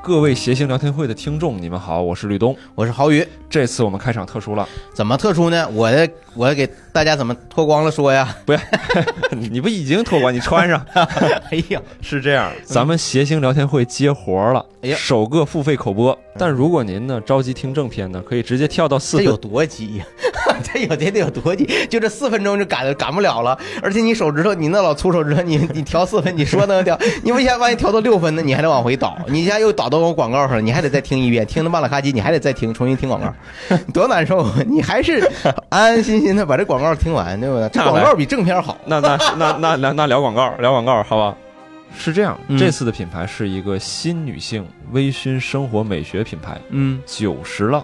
各位谐星聊天会的听众，你们好，我是吕东。我是郝宇，这次我们开场特殊了，怎么特殊呢？我这我给大家怎么脱光了说呀？ 你不已经脱光，你穿上。 哎呀，是 这样，咱们谐星聊天会接活了，哎呀首个付费口播。但如果您呢着急听正片呢，可以直接跳到四这有分。多急呀？ 这有这得有多急？就这四分钟就赶赶不了了，而且你手指头，你那老粗手指头，你你调四分，你说能调？你万一万一调到六分呢？你还得往回倒，你现在又倒到我广告上了，你还得再听一遍，听的慢了吧唧，你还得再听，重新听广告，多难受啊！你还是安安心心的把这广告听完，对不对？这广告比正片好。 那那那那那那聊广告，聊广告，好吧？是这样，嗯这次的品牌是一个新女性微醺生活美学品牌，嗯，九十了，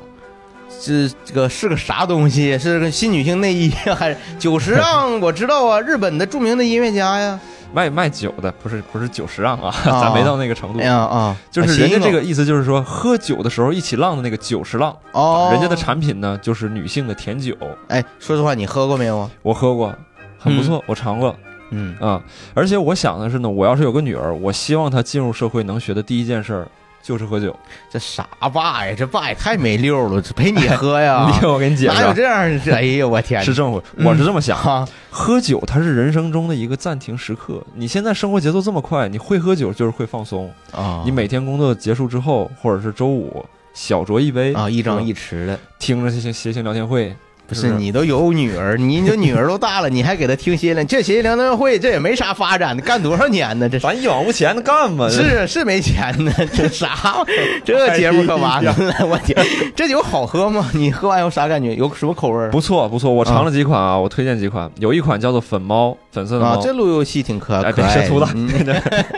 这这个是个啥东西？是个新女性内衣啊还是久石让？我知道啊，日本的著名的音乐家呀。卖卖酒的，不是不是九十让啊，啊 咱没到那个程度哎。呀啊，就是人家这谐个音意思，就是说喝酒的时候一起浪的那个九十浪，啊梗哦，人家的产品呢就是女性的甜酒，哎，说实话，你喝过没有啊？我喝过，很不错，我尝过嗯，啊、而且我想的是呢，我要是有个女儿，我希望她进入社会能学的第一件事儿就是喝酒。这啥爸呀？这爸也太没溜了，陪你喝呀 你？听我给你解释哪有啊，这样的事？哎呀，我天！是这么回，嗯我是这么想，哈，喝酒它是人生中的一个暂停时刻。你现在生活节奏这么快，你会喝酒就是会放松。啊，你每天工作结束之后，或者是周五小酌一杯啊一张是吧一弛的，听着这些谐星聊天会，不是是你都有女儿，你你这女儿都大了，你 还给她听心了？这谐音聊天会这也没啥发展，干多少年呢？这咱一往无前的干吧。是是没钱呢，这啥玩意 儿？这节目可完了！我天，这酒好喝吗？你喝完有啥感觉？有什么口味儿？不错不错，我尝了几款啊，我推荐几款，有一款叫做粉猫，粉色的啊猫，，这路由器挺可哎，可别爱学的，秃子，嗯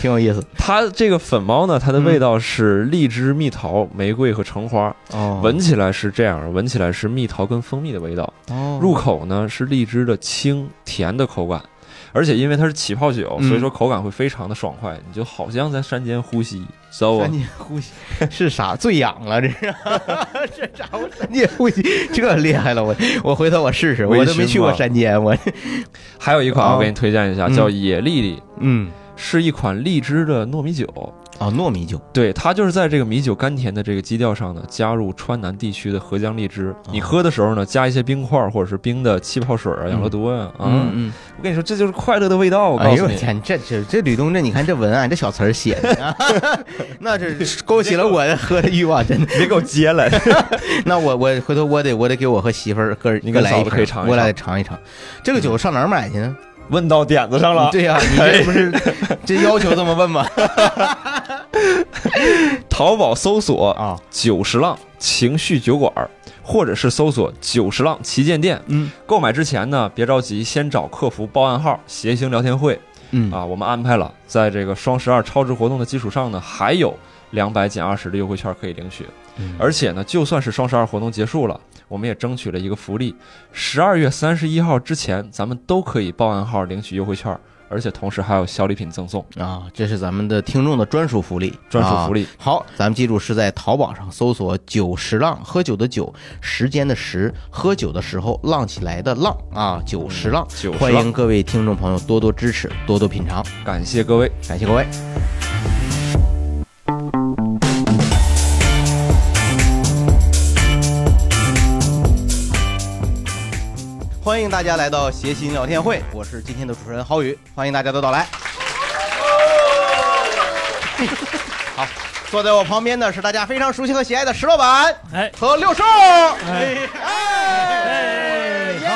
挺有意思。它这个粉猫呢，它的味道是荔枝、蜜桃、玫瑰和橙花，哦，闻起来是这样，闻起来是蜜桃跟蜂蜜的味道，哦入口呢是荔枝的清甜的口感。而且因为它是起泡酒，嗯所以说口感会非常的爽快，你就好像在山间呼吸，知道吧三？界呼吸 是啥？醉氧了，这是这家伙三界呼吸，这厉害了！我我回头我试试，微醺我都没去过吧山间，我还有一款啊哦我给你推荐一下，嗯叫野丽丽，嗯是一款荔枝的糯米酒。哦，糯米酒对，它就是在这个米酒甘甜的这个基调上呢，加入川南地区的合江荔枝。哦你喝的时候呢，加一些冰块儿或者是冰的气泡水啊、养乐多呀、啊。嗯。我跟你说，这就是快乐的味道。我哎告呦诉我你，天，这这这吕东这，你看这文案，这小词儿写的 啊，那这是勾起了我的喝的欲望，真的。别给我接了。 那我我回头我得我得给我和媳妇儿各你各跟来嫂一子瓶，可以尝一我俩尝得尝一尝。这个酒上哪儿买去呢？问到点子上了。对呀、你这不 是这要求这么问吗？淘宝搜索啊， “九十浪情绪酒馆儿”，或者是搜索“九十浪旗舰店嗯”。购买之前呢，别着急，先找客服报暗号“谐星聊天会”嗯啊。我们安排了，在这个双十二超值活动的基础上呢，还有两百减二十的优惠券可以领取。嗯而且呢，就算是双十二活动结束了，我们也争取了一个福利：十二月三十一号之前，咱们都可以报暗号领取优惠券，而且同时还有小礼品赠送，啊，这是咱们的听众的专属福利，专属福利。利。啊好，咱们记住是在淘宝上搜索“九十浪”，喝酒的酒，时间的时，喝酒的时候浪起来的浪啊，九十浪。九十欢嗯浪迎各位听众朋友多多支持，多多品尝，感谢各位。感谢各位。欢迎大家来到谐星聊天会，我是今天的主持人郝宇，欢迎大家的到 来。好，坐在我旁边的是大家非常熟悉和喜爱的石老板哎，和六叔。哎哎，耶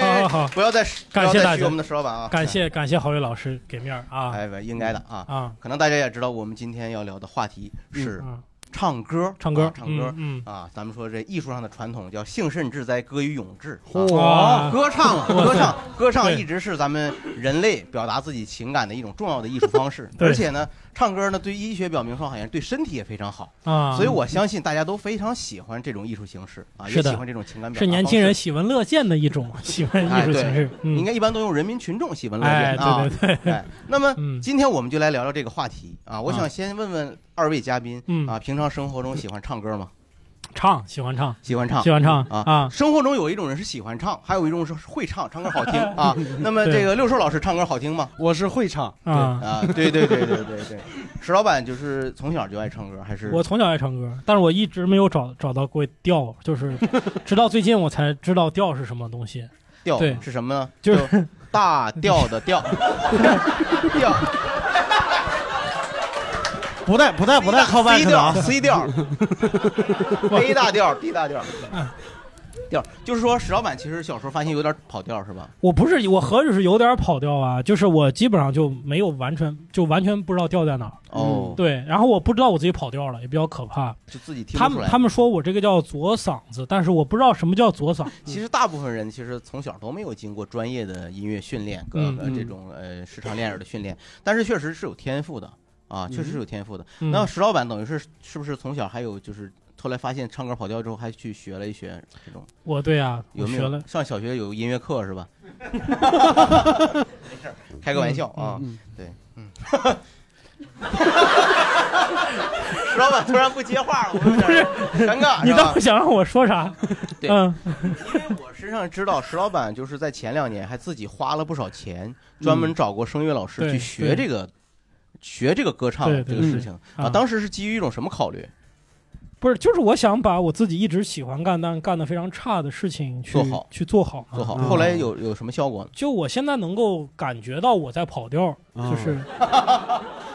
好好好好不要再不要感谢再大虚家我们的石老板啊，感谢感谢郝宇老师给面儿啊哎，应该的啊。啊可能大家也知道，我们今天要聊的话题是啊！唱歌，唱歌啊唱歌嗯，啊。咱们说这艺术上的传统叫“兴甚至哉，歌与咏志”啊。嗯哇，歌唱啊，歌唱，歌唱对。一直是咱们人类表达自己情感的一种重要的艺术方式对而且呢，唱歌呢，对医学表明说好像对身体也非常好，啊！所以我相信大家都非常喜欢这种艺术形式啊，也嗯是的喜欢这种情感表达是年轻方人式。喜闻乐见的一 种喜欢 艺术形式，哎应嗯，该一般都用人民群众喜闻乐哎，见啊，对对对，哎，那么 嗯今天我们就来聊聊这个话题啊。我啊想先问问二位嘉宾嗯啊，平常生活中喜欢唱歌吗？唱，喜欢唱，喜欢唱喜。欢唱啊啊，生活中有一种人是喜欢唱，还有一种是会唱，唱歌好听 啊。那么这个六兽老师唱歌好听吗？我是会唱，啊啊，对对对对对对。石老板就是从小就爱唱歌，还是我从小爱唱歌，但是我一直没有找找到过调，就是 直到最近我才知道调是什么东西。调对是什么呢？就是大调 的调，调不带不带不带靠外 C 头的啊调。C 调，A 大调 D 大调，嗯调就是说石老板其实小时候发现有点跑调是吧？ 我不是我何止是有点跑调啊，就是我基本上就没有完全就完全不知道调在哪儿。哦，对，然后我不知道我自己跑调了，也比较可怕。就自己听他不出们来他。们说我这个叫左嗓子，但是我不知道什么叫左嗓。其实大部分人其实从小都没有经过专业的音乐训练，各嗯个嗯这种呃时常练耳的训练，但是确实是有天赋的啊，确实是有天赋的。嗯、那石老板等于是是不是从小还有就是后来发现唱歌跑调之后还去学了一学这种我对啊，有我没学有了。上小学有音乐课 是吧？没事儿，开个玩笑啊。嗯对，嗯。 石老板突然不接话了，我有点儿 尴 尬。你是吧倒？想让我说啥？ 对嗯，我身上知道石老板就是在前两年还自己花了不少钱，专门找过声乐老师嗯对去学这个。学这个歌唱对这对个事情嗯啊，啊当时是基于一种什么考虑？不是，就是我想把我自己一直喜欢干但干的非常差的事情去做好去做好嘛。做好，嗯后来有有什么效果呢？就我现在能够感觉到我在跑调，啊就是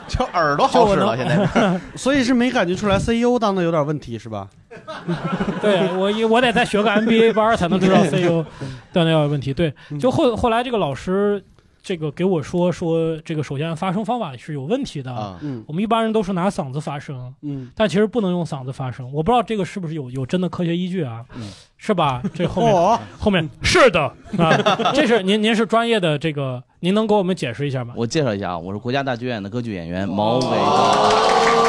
就耳朵好使了，现就我在是所以是没感觉出来 CEO 当的有点问题是吧？ 对我也我得再学个 MBA 班儿才能知道 CEO 锻炼有问题。对，嗯就后后来这个老师这个给我说说这个首先发声方法是有问题的。啊，嗯我们一般人都是拿嗓子发声，嗯，但其实不能用嗓子发声。我不知道这个是不是有有真的科学依据啊？嗯是吧？这后面、哦，后面是的 啊，这是您您是专业的这个，您能给我们解释一下吗？我介绍一下啊，我是国家大剧院的歌剧演员毛伟。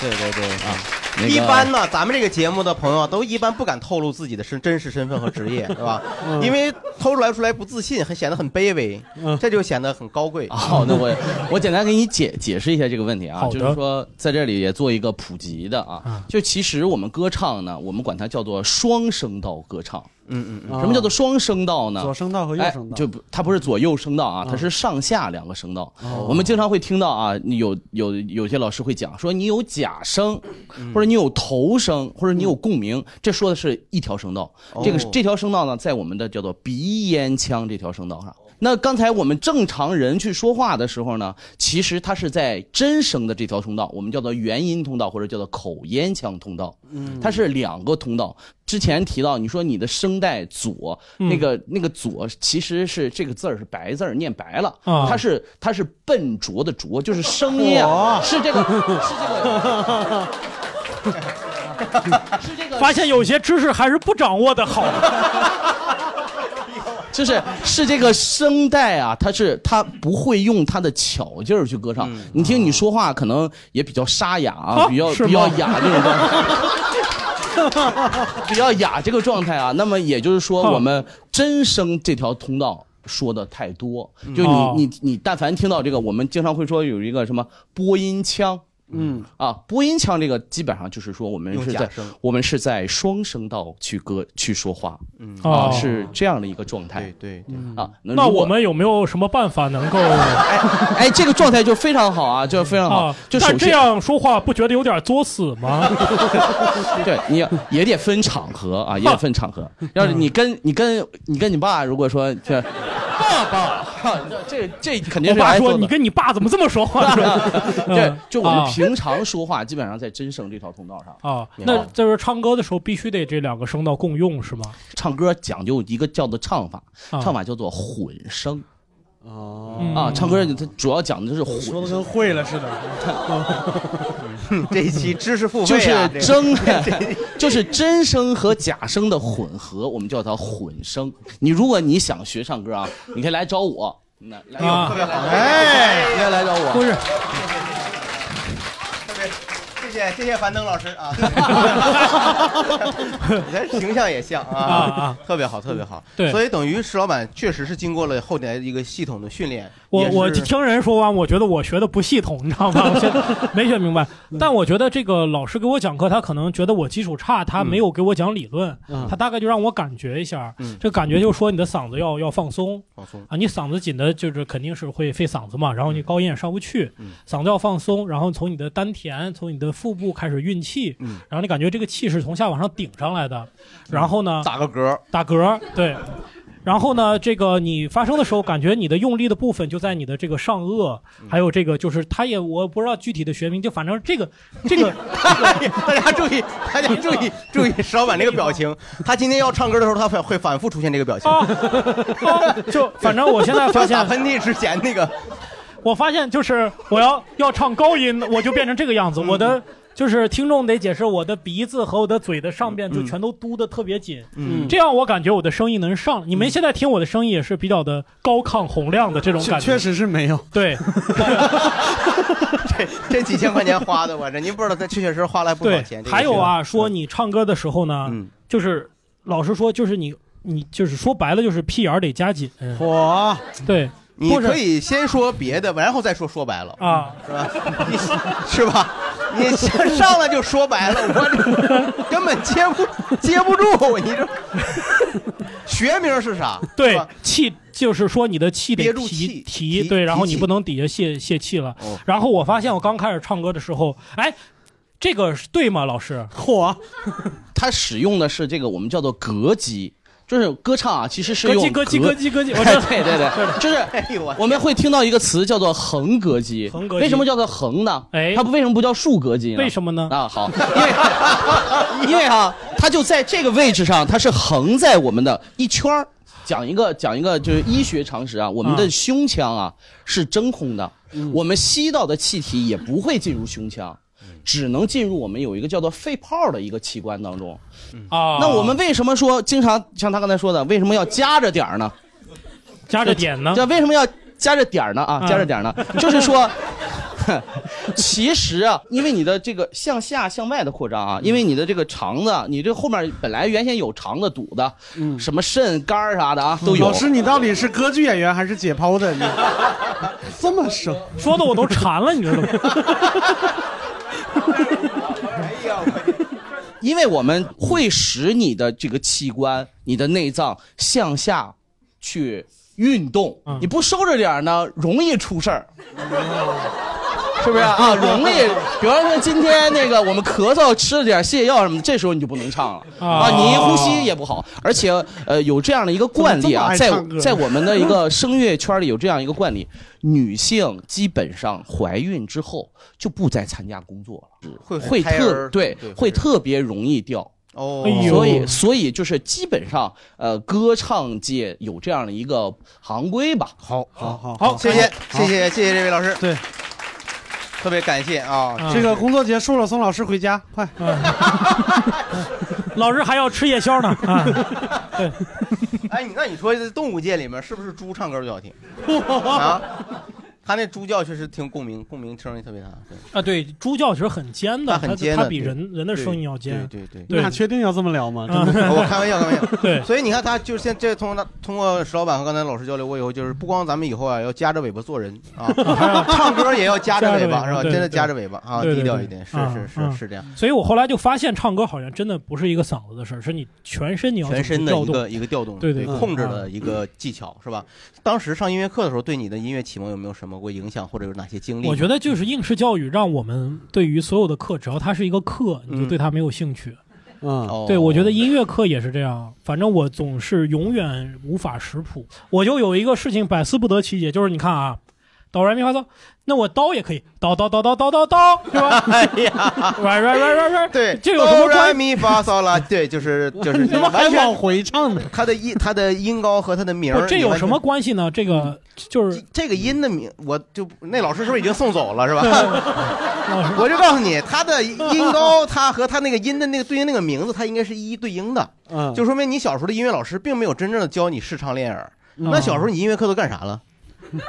对对对啊，那个一般呢，咱们这个节目的朋友都一般不敢透露自己的身真实身份和职业，对吧？嗯因为透出来出来不自信，还显得很卑微，这就显得很高贵。好，那我我简单给你解解释一下这个问题啊，好的就是说在这里也做一个普及的啊啊，就其实我们歌唱呢，我们管它叫做双声道歌唱。嗯嗯嗯，啊什么叫做双声道呢？左声道和右哎声，道？就不，它不是左右声道啊，嗯它是上下两个声道。哦我们经常会听到啊，你有有有些老师会讲说你有假声，嗯或者你有头声，或者你有共鸣，这说的是一条声道。这个哦这条声道呢，在我们的叫做鼻咽腔这条声道上。那刚才我们正常人去说话的时候呢，其实它是在真声的这条通道，我们叫做元音通道或者叫做口咽腔通道，嗯它是两个通道。之前提到你说你的声带左，嗯那个那个左其实是这个字儿是白字儿，念白了，啊它是它是笨拙的拙，就是声音哦啊，是 这个是这个。是这个发现有些知识还是不掌握的好。 就是是这个声带啊，它是它不会用它的巧劲儿去歌嗯唱。你听你说话可能也比较沙哑啊，啊比较哦是吗比较哑这种状态。 比较哑这个状态啊，那么也就是说，啊我们真声这条通道说的太多，就你、哦你你，但凡听到这个，我们经常会说有一个什么播音腔嗯啊，播音腔这个基本上就是说我们用是假在声我们是在双声道去歌去说话嗯，啊，哦是这样的一个状态。对对对，嗯啊，那那如果我们有没有什么办法能够哎，这个状态就非常好啊，就非常好啊。？就但首这先，样说话不觉得有点作死 吗？对你也得分场合啊，也得分场合。要是你跟你跟你跟你爸，如 果说这爸爸，啊这这肯定我是爸挨说揍你的。跟你爸怎么这么说话？是吧 对，就我们啊平常说话，基本上在真声这条通道上，啊，明白那就是唱歌的时候必须得这两个声道共用是吗？唱歌讲究一个叫做唱法，啊唱法叫做混声哦，啊。嗯唱歌它主要讲的就是混说的声，跟会了似的。 这一期知识付就费是啊，这个真， 就是真声和假声的混合，我们叫它混声。你如果你想学唱歌啊，你可以来找我，那来找啊 我，哎，你可以来找我。不是，特别谢谢谢谢谢樊登老师 啊，你看形象也像啊啊，啊！特别好，特别好。对所以等于石老板确实是经过了后来一个系统的训练。我也是我 听人说完，我觉得我学的不系统，你知道吗？我学得没学明白。嗯但我觉得这个老师给我讲课，他可能觉得我基础差，他没有给我讲理论，嗯他大概就让我感觉一下。嗯这个感觉就是说你的嗓子要要放松放松，啊，你嗓子紧的就是肯定是会费嗓子嘛，然后你高音也上不去，嗯嗓子要放松，然后从你的丹田，从你的腹部开始运气，嗯然后你感觉这个气是从下往上顶上来的，然后呢，打个嗝，打嗝，对。然后呢，这个你发声的时候，感觉你的用力的部分就在你的这个上颚，嗯还有这个就是它也我不知道具体的学名，就反正这 个这个大家注意，大家注意注意石老板这个表情，他今天要唱歌的时候，他会会反复出现这个表情。啊啊， 就反正我现 在发就打现，喷嚏之前那个，我发现就是我要要唱高音，我就变成这个样子，嗯我的。就是听众得解释，我的鼻子和我的嘴的上嗯边就全都嘟得特别紧，嗯，这样我感觉我的声音能上。你们现在听我的声音也是比较的高亢洪亮的这种确感觉，确实是没有。 对，这这几千块钱花的，我这您不知道，他确确实实花了不少对钱。，这个还有啊，是说，你唱歌的时候呢，嗯，就是老实说，就是你你就是说白了，就是屁眼儿得加紧。我对你或者可以先说别的，然后再说说白了，啊，是吧？ 你是吧？你先上来就说白了，我 这根本接不接不住，你这学名是啥？是对吧气就是说你的气得憋住提气提，提对，然后提你气不能底下泄泄气了哦。然后我发现我刚开始唱歌的时候，哎，这个是对吗，老师？嚯， 它使用的是这个我们叫做膈肌，就是歌唱啊，其实是咯用叽咯叽咯叽咯 叽，我这对对 对，就是哎呦我我们会听到一个词叫做横膈肌，横膈肌为什么叫做横呢？哎它不为什么不叫竖膈肌呢？为什么呢？啊，好，因为 因为哈，它就在这个位置上，它是横在我们的一圈儿。讲一个讲一个就是医学常识啊，我们的胸腔啊是真空的，我们吸到的气体也不会进入胸腔。只能进入我们有一个叫做肺泡的一个器官当中。嗯啊，那我们为什么说经常像他刚才说的，为什么要夹着点儿呢？加着点呢这为什么要加着点儿呢？啊，嗯加着点儿呢，就是说。 其实啊，因为你的这个向下向外的扩张嗯啊，因为你的这个肠子啊，你这后面本来原先有肠子堵的，嗯什么肾、肝儿啥的啊都有。老师，你到底是歌剧演员还是解剖的？你这么生，说的我都馋了，你知道吗？哎呀，我 因为我们会使你的这个器官、你的内脏向下去运动，嗯你不收着点儿呢，容易出事儿。是不是啊啊？容易，比方说今天那个我们咳嗽吃了点泻药什么的，这时候你就不能唱了啊啊！你呼吸也不好，而且呃有这样的一个惯例啊，怎在么这么爱唱歌在我们的一 个声乐圈里有这样一个惯例，女性基本上怀孕之后就不再参加工作了，会会胎特儿对对会特别容易掉。哦，哎呦所以，所以就是基本上，呃，歌唱界有这样的一个行规吧。好，好，好，好，谢谢谢谢谢谢这位老师，对，特别感谢啊，啊这个工作结束了，送老师回家，快。老师还要吃夜宵呢 啊！对，哎，你那你说这动物界里面是不是猪唱歌最 好听啊？他那猪叫确实挺共鸣，共鸣声音特别大。对啊，对，猪叫其实很尖的，它很它尖它的比对人人的声音要尖。对对对，你对俩确定要这么聊吗？真啊 的，我开玩笑，开玩笑。对，所以你看，他就是现这通过他通过石老板和刚才老师交流过以后，就是不光咱们以后啊要夹着尾巴做人 啊， 唱歌也要夹着尾夹着尾巴巴是吧？对真的对夹着尾巴啊，对对低调对一点，是啊是啊是是这样，所以我后来就发现，唱歌好像真的不是一个嗓子的事儿，是你全身你要全身的调一动。个一个调动，对对对控制啊的一个技巧是吧？当时上音乐课的时候，对你的音乐启蒙有没有什么过影响，或者有哪些经历？嗯我觉得就是应试教育让我们对于所有的课，只要它是一个课，你就对它没有兴趣。嗯，哦，对，我觉得音乐课也是这样，反正我总是永远无法识谱。我就有一个事情百思不得其解，就是你看啊，哆来咪发嗦，那我刀也可以，刀刀刀刀刀刀刀，是吧？哎呀。 软软软软软，对，这有什么哆来关系？咪发嗦啦？对，就是就是你他妈还完往全回唱呢？他的音他的音高和他的名不儿，这你有完什全么？关系呢？这个就是这这个音的名，我就那老师是不是已经送走了是吧？ 我就告诉你，他的音高，他和他那个音的那个对应那个名字，他应该是一一对应的，嗯，就说明你小时候的音乐老师并没有真正的教你视唱练耳。那小时候你音乐课都干啥了？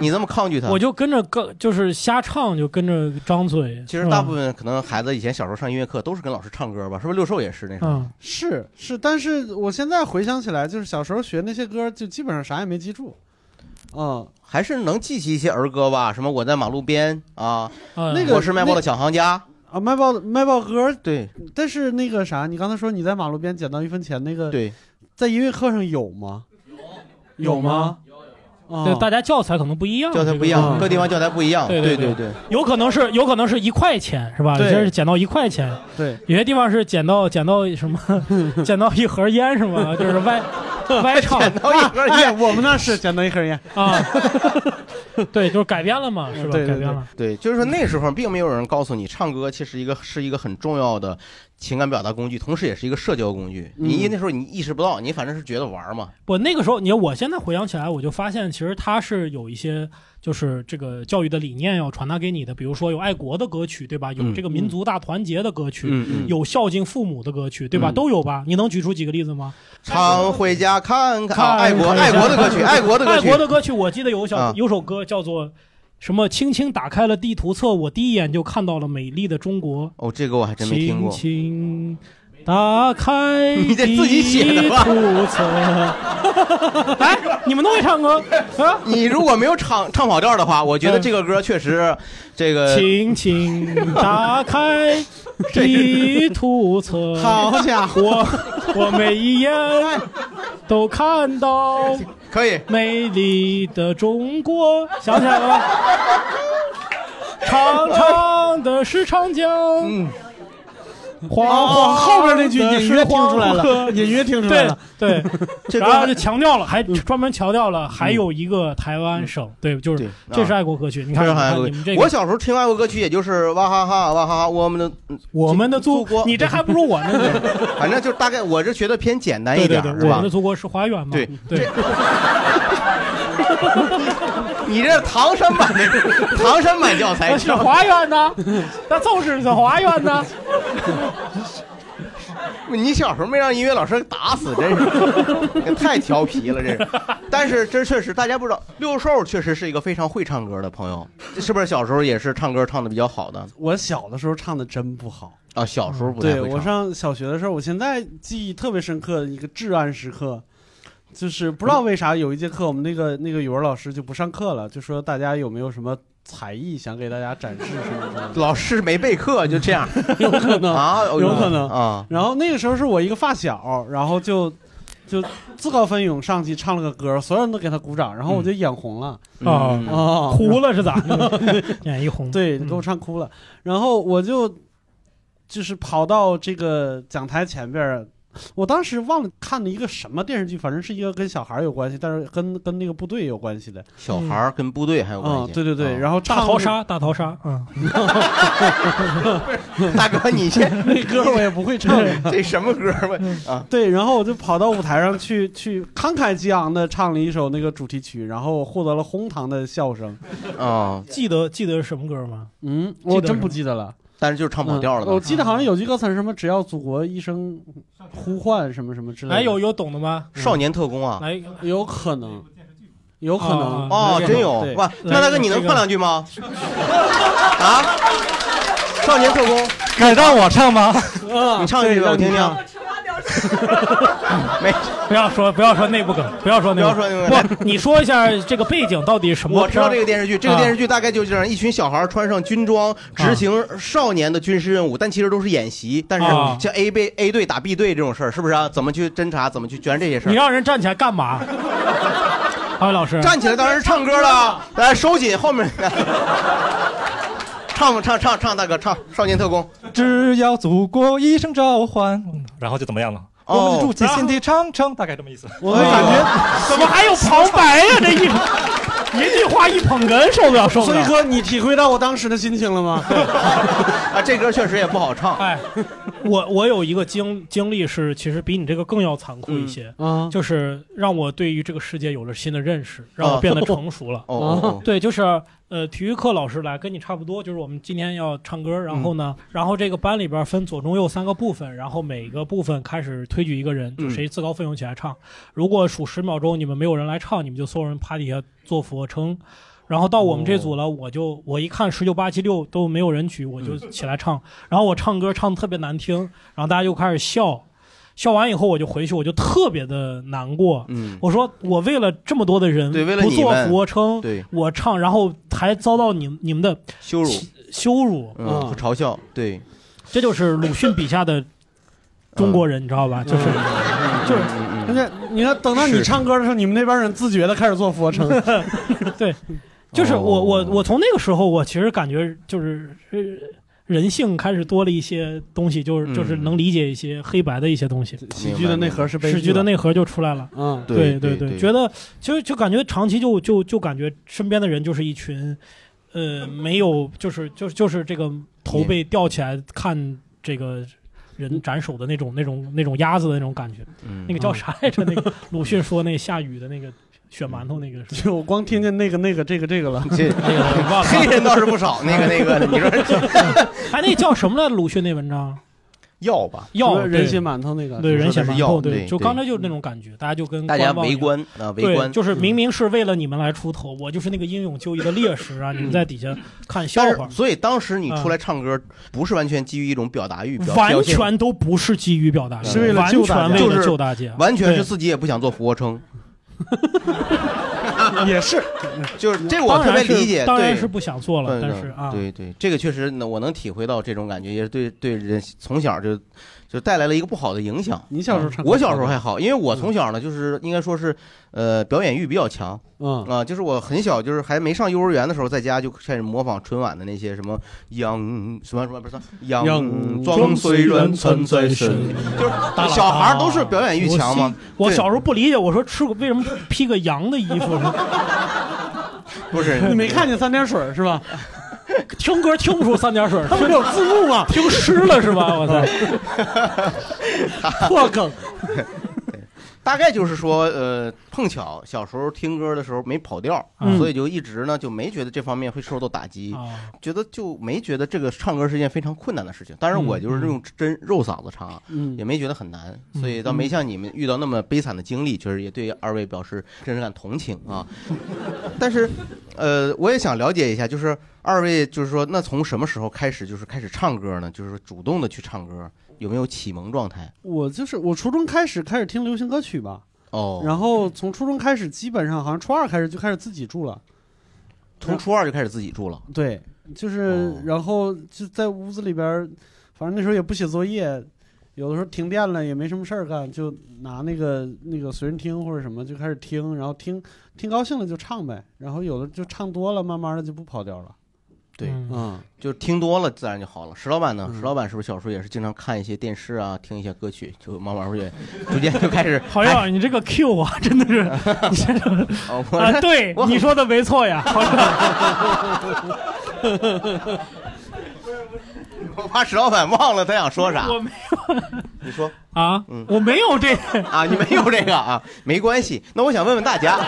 你这么抗拒它，嗯我就跟着跟就是瞎唱，就跟着张嘴。其实大部分可能孩子以前小时候上音乐课都是跟老师唱歌吧，是不是？六兽也是那时候，嗯，是是，但是我现在回想起来，就是小时候学那些歌，就基本上啥也没记住。嗯，还是能记起一些儿歌吧，什么我在马路边啊，嗯那个我是卖报的小行家，啊，卖报卖报歌，对但是那个啥，你刚才说你在马路边捡到一分钱，那个对，在音乐课上有吗？有有吗啊吗？有对，大家教材可能不一样，教材不一嗯样，这各个地方教材不一样，对对对对，有可能是有可能是一块钱是吧？有对些是捡到一块钱，对，有些地方是捡到捡到什 么，捡到一盒烟是吗？就是歪歪唱捡到一盒烟哎，我们那是捡到一盒烟，啊，对，就是改编了嘛，是吧？对对对改编了，对，就是说那时候并没有人告诉你，唱歌其实一个是一个很重要的情感表达工具，同时也是一个社交工具。嗯你那时候你意识不到，你反正是觉得玩嘛。我那个时候，你看我现在回想起来，我就发现其实它是有一些就是这个教育的理念要传达给你的，比如说有爱国的歌曲，对吧？有嗯这个民族大团结的歌曲，嗯有孝敬父母的歌曲，对吧？嗯都有吧？你能举出几个例子吗？常回家看 看啊，看爱国看爱国的歌曲，爱国的歌爱曲国，的歌曲，我记得有小、啊有首歌叫做什么？轻轻打开了地图册，我第一眼就看到了美丽的中国。哦，这个我还真没听过轻。轻打开你这自己写 的吧地图册。哎，你们都会唱歌啊？ 嗯你如果没有唱唱跑调的话，我觉得这个歌确实，这个轻轻打开地图 册，好家伙，我我每一眼都看到 可以。美丽的中国，想起啊来了吗？长长的是长江，黄黄哦，后边那句的隐是约听出来黄了，河隐约听出来对了，对，这然后歌就强调了，还专门强调了，还有一个台湾省，对，就对是这是爱国歌曲。你看，非你常爱看国你们这我个，啊小时候听爱国歌曲，也就是哇哈哈哇哈哈，我们的嗯我们的祖国你这还不如 我呢。反正就大概我是觉得偏简单一对点对儿，对，是我吧们的？祖国是花园嘛。对对， 你这唐山版的唐山版教材那是花园 呢，那就是是花园呢。你小时候没让音乐老师打死，真是太调皮了，这是。但是这确实大家不知道，六兽确实是一个非常会唱歌的朋友，是不是？小时候也是唱歌唱的比较好的我小的时候唱的真不好。啊，小时候不嗯太对会我唱。上小学的时候，我现在记忆特别深刻的一个至暗时刻，就是不知道为啥有一节课，我们那个那个语文老师就不上课了，就说大家有没有什么才艺想给大家展示什么的，老师没备课，就这样 有可能。啊，哦有可能啊。然后那个时候是我一个发小，然后就就自告奋勇上去唱了个歌，所有人都给他鼓掌，然后我就眼红了啊嗯啊，哭了是咋？ 眼一红。对，嗯给我唱哭了。然后我就就是跑到这个讲台前边儿，我当时忘了看了一个什么电视剧，反正是一个跟小孩儿有关系，但是跟跟那个部队有关系的。小孩儿跟部队还有关啊、系。对对对。然后唱大逃那杀，大逃杀，嗯，后 大哥，你先那歌儿我也不会唱。 嗯这什么歌儿吧？啊，对，然后我就跑到舞台上去，去慷慨激昂的唱了一首那个主题曲，然后获得了哄堂的笑声。啊，记得记得是什么歌吗？嗯，记我得真是不吗记得了，但是就是唱跑调了嗯我都。记得好像有句歌词是什么“只要祖国一声呼唤”什么什么之类的。哎来，有有懂的吗？嗯哎少年特工啊，来一个，哎有可能，有可啊能哦，真有对哇！对那大哥，你能唱两句吗？啊，少年特工，敢 让我唱吗？啊嗯你唱一句吧，我听听。没，不要说不要说内部梗，不要说内部不要说内部梗梗，不，你说一下这个背景到底什么？我知道这个电视剧，这个啊电视剧大概就是这样：一群小孩穿上军装，啊执行少年的军事任务，但其实都是演习。但是啊像 A 被 A 队打 B 队这种事儿，是不是啊？怎么去侦查？怎么去全是这些事你儿？让人站起来干 嘛？二哎位老师，站起来当然是唱歌了，来收紧后面。唱吧，唱唱唱，大哥唱《少年特工》。只要祖国一声召唤，嗯然后就怎么样了？我们哦的，筑起新的长城，大概这么意思。我们感觉，怎么还有旁白呀、这一 一句话一捧哏，受不了，受不所以了。哥，你体会到我当时的心情了吗？ 啊，这歌确实也不好唱。哎，我我有一个经经历是，其实比你这个更要残酷一些，嗯啊，就是让我对于这个世界有了新的认识，让啊我变得成熟了。啊 哦哦哦，对，就是呃，体育课老师来跟你差不多，就是我们今天要唱歌，然后嗯呢，然后这个班里边分左中右三个部分，然后每个部分开始推举一个人，就嗯谁自告奋勇起来唱。如果数十秒钟你们没有人来唱，你们就所有人趴底下做俯我撑。然后到我们这组了，哦我就我一看十九八七六都没有人举，我就嗯起来唱。然后我唱歌唱的特别难听，然后大家就开始笑。笑完以后我就回去，我就特别的难过。嗯我说我为了这么多的人对为了不你做们俯卧撑，对我唱，然后还遭到你你们的羞辱，羞辱，嗯，和嘲笑，对，这就是鲁迅笔下的中国嗯人，你知道吧？就是就是而且你看，等到你是唱歌的时候，你们那边人自觉的开始做俯卧撑。对，就是我我我从那个时候，我其实感觉就是呃人性开始多了一些东西，就是就是嗯能理解一些黑白的一些东西。喜剧的内核是悲剧喜剧的内核就出来了。嗯对对对，对觉得其实就感觉长期就就就感觉身边的人就是一群，呃，没有就是就是就是这个头被吊起来看这个。人斩首的那种、那种、那种鸭子的那种感觉，嗯那个叫啥来着？那个鲁迅说那下雨的那个血馒头那个是吧 就我光听见那个、那个、这个、这个了。 这哎 忘了黑人倒是不少，那个那个的，你 说哎，那叫什么来着？鲁迅那文章要吧要 就是对人血馒头那个对你说人血的是馒要头，对就对刚才就是那种感觉，大家就跟大家观望一围样观啊围对观就是明明是为了你们来出头，我就是那个英勇就义的烈士啊！你们在底下看笑嗯但话是，，所以当时你嗯出来唱歌，不是完全基于一种表达欲，表完表现嗯全都不是基于表达，是为嗯了完救全大家为就了是救大家，完全对是自己也不想做俯卧撑， 也是， 就是这我当特然别是理解，当然对是不想做了，嗯但是啊，对对，这个确实呢，我能体会到这种感觉，也是对对人从小就就带来了一个不好的影响。嗯你小时候唱歌我小时候还好，因嗯为我从小呢，就是应该说是呃表演欲比较强，嗯啊，就是我很小就是还没上幼儿园的时候，在家就开始模仿春晚的那些什么杨什么什么不是杨庄虽然存在身，就是小孩儿都是表演欲强嘛。我对小时候不理解，我说吃为什么披个羊的衣服？不是你没看见三点水 是吧？听歌听不出三点水，他们有字幕吗？听湿了是吧？我 操！ 破梗，大概就是说，呃，碰巧小时候听歌的时候没跑调，嗯所以就一直呢就没觉得这方面会受到打击，觉得就没觉得这个唱歌是一件非常困难的事情。当然，嗯我就是用真肉嗓子唱啊，嗯也没觉得很难，嗯所以倒没像你们遇到那么悲惨的经历，确实也对二位表示深深感同情啊。但是，呃，我也想了解一下，就是二位就是说，那从什么时候开始就是开始唱歌呢？就是主动的去唱歌，有没有启蒙状态？我就是我初中开始开始听流行歌曲吧，哦，然后从初中开始，基本上好像初二开始就开始自己住了。从初二就开始自己住了。对，就是哦然后就在屋子里边儿，反正那时候也不写作业，有的时候停电了也没什么事儿干，就拿那个那个随身听或者什么就开始听，然后听听高兴了就唱呗，然后有的就唱多了，慢慢的就不跑调了。对，嗯，就听多了自然就好了。石老板嗯呢？石老板是不是小时候也是经常看一些电视啊，听一些歌曲，就慢慢会逐渐就开始郝哎亮，你这个 Q 啊，真的是，你这个 哦我啊，对我，很你说 的没错呀，郝亮，我怕石老板忘了他想 说啥。我没你说啊嗯，我没有这个， 啊，你没有这个啊，没关系。那我想问问大家，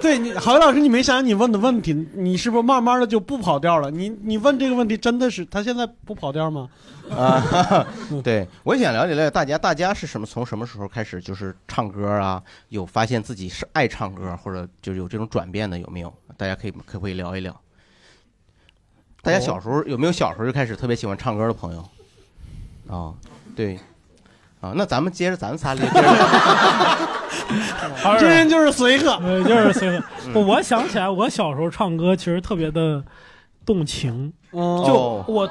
对你，郝宇老师，你没想想你问的问题，你是不是慢慢的就不跑调了？你你问这个问题真的是他现在不跑调吗？啊， 哈 哈对我想了解了解大家，大家是什么从什么时候开始就是唱歌啊？有发现自己是爱唱歌，或者就有这种转变的有没有？大家可以可不可以聊一聊？大家小时候有没有小时候就开始特别喜欢唱歌的朋友？啊、对，啊，那咱们接着咱们仨聊。 郝这亮人就是随和。呃，就是随和。我我想起来，我小时候唱歌其实特别的动情，嗯，就哦我。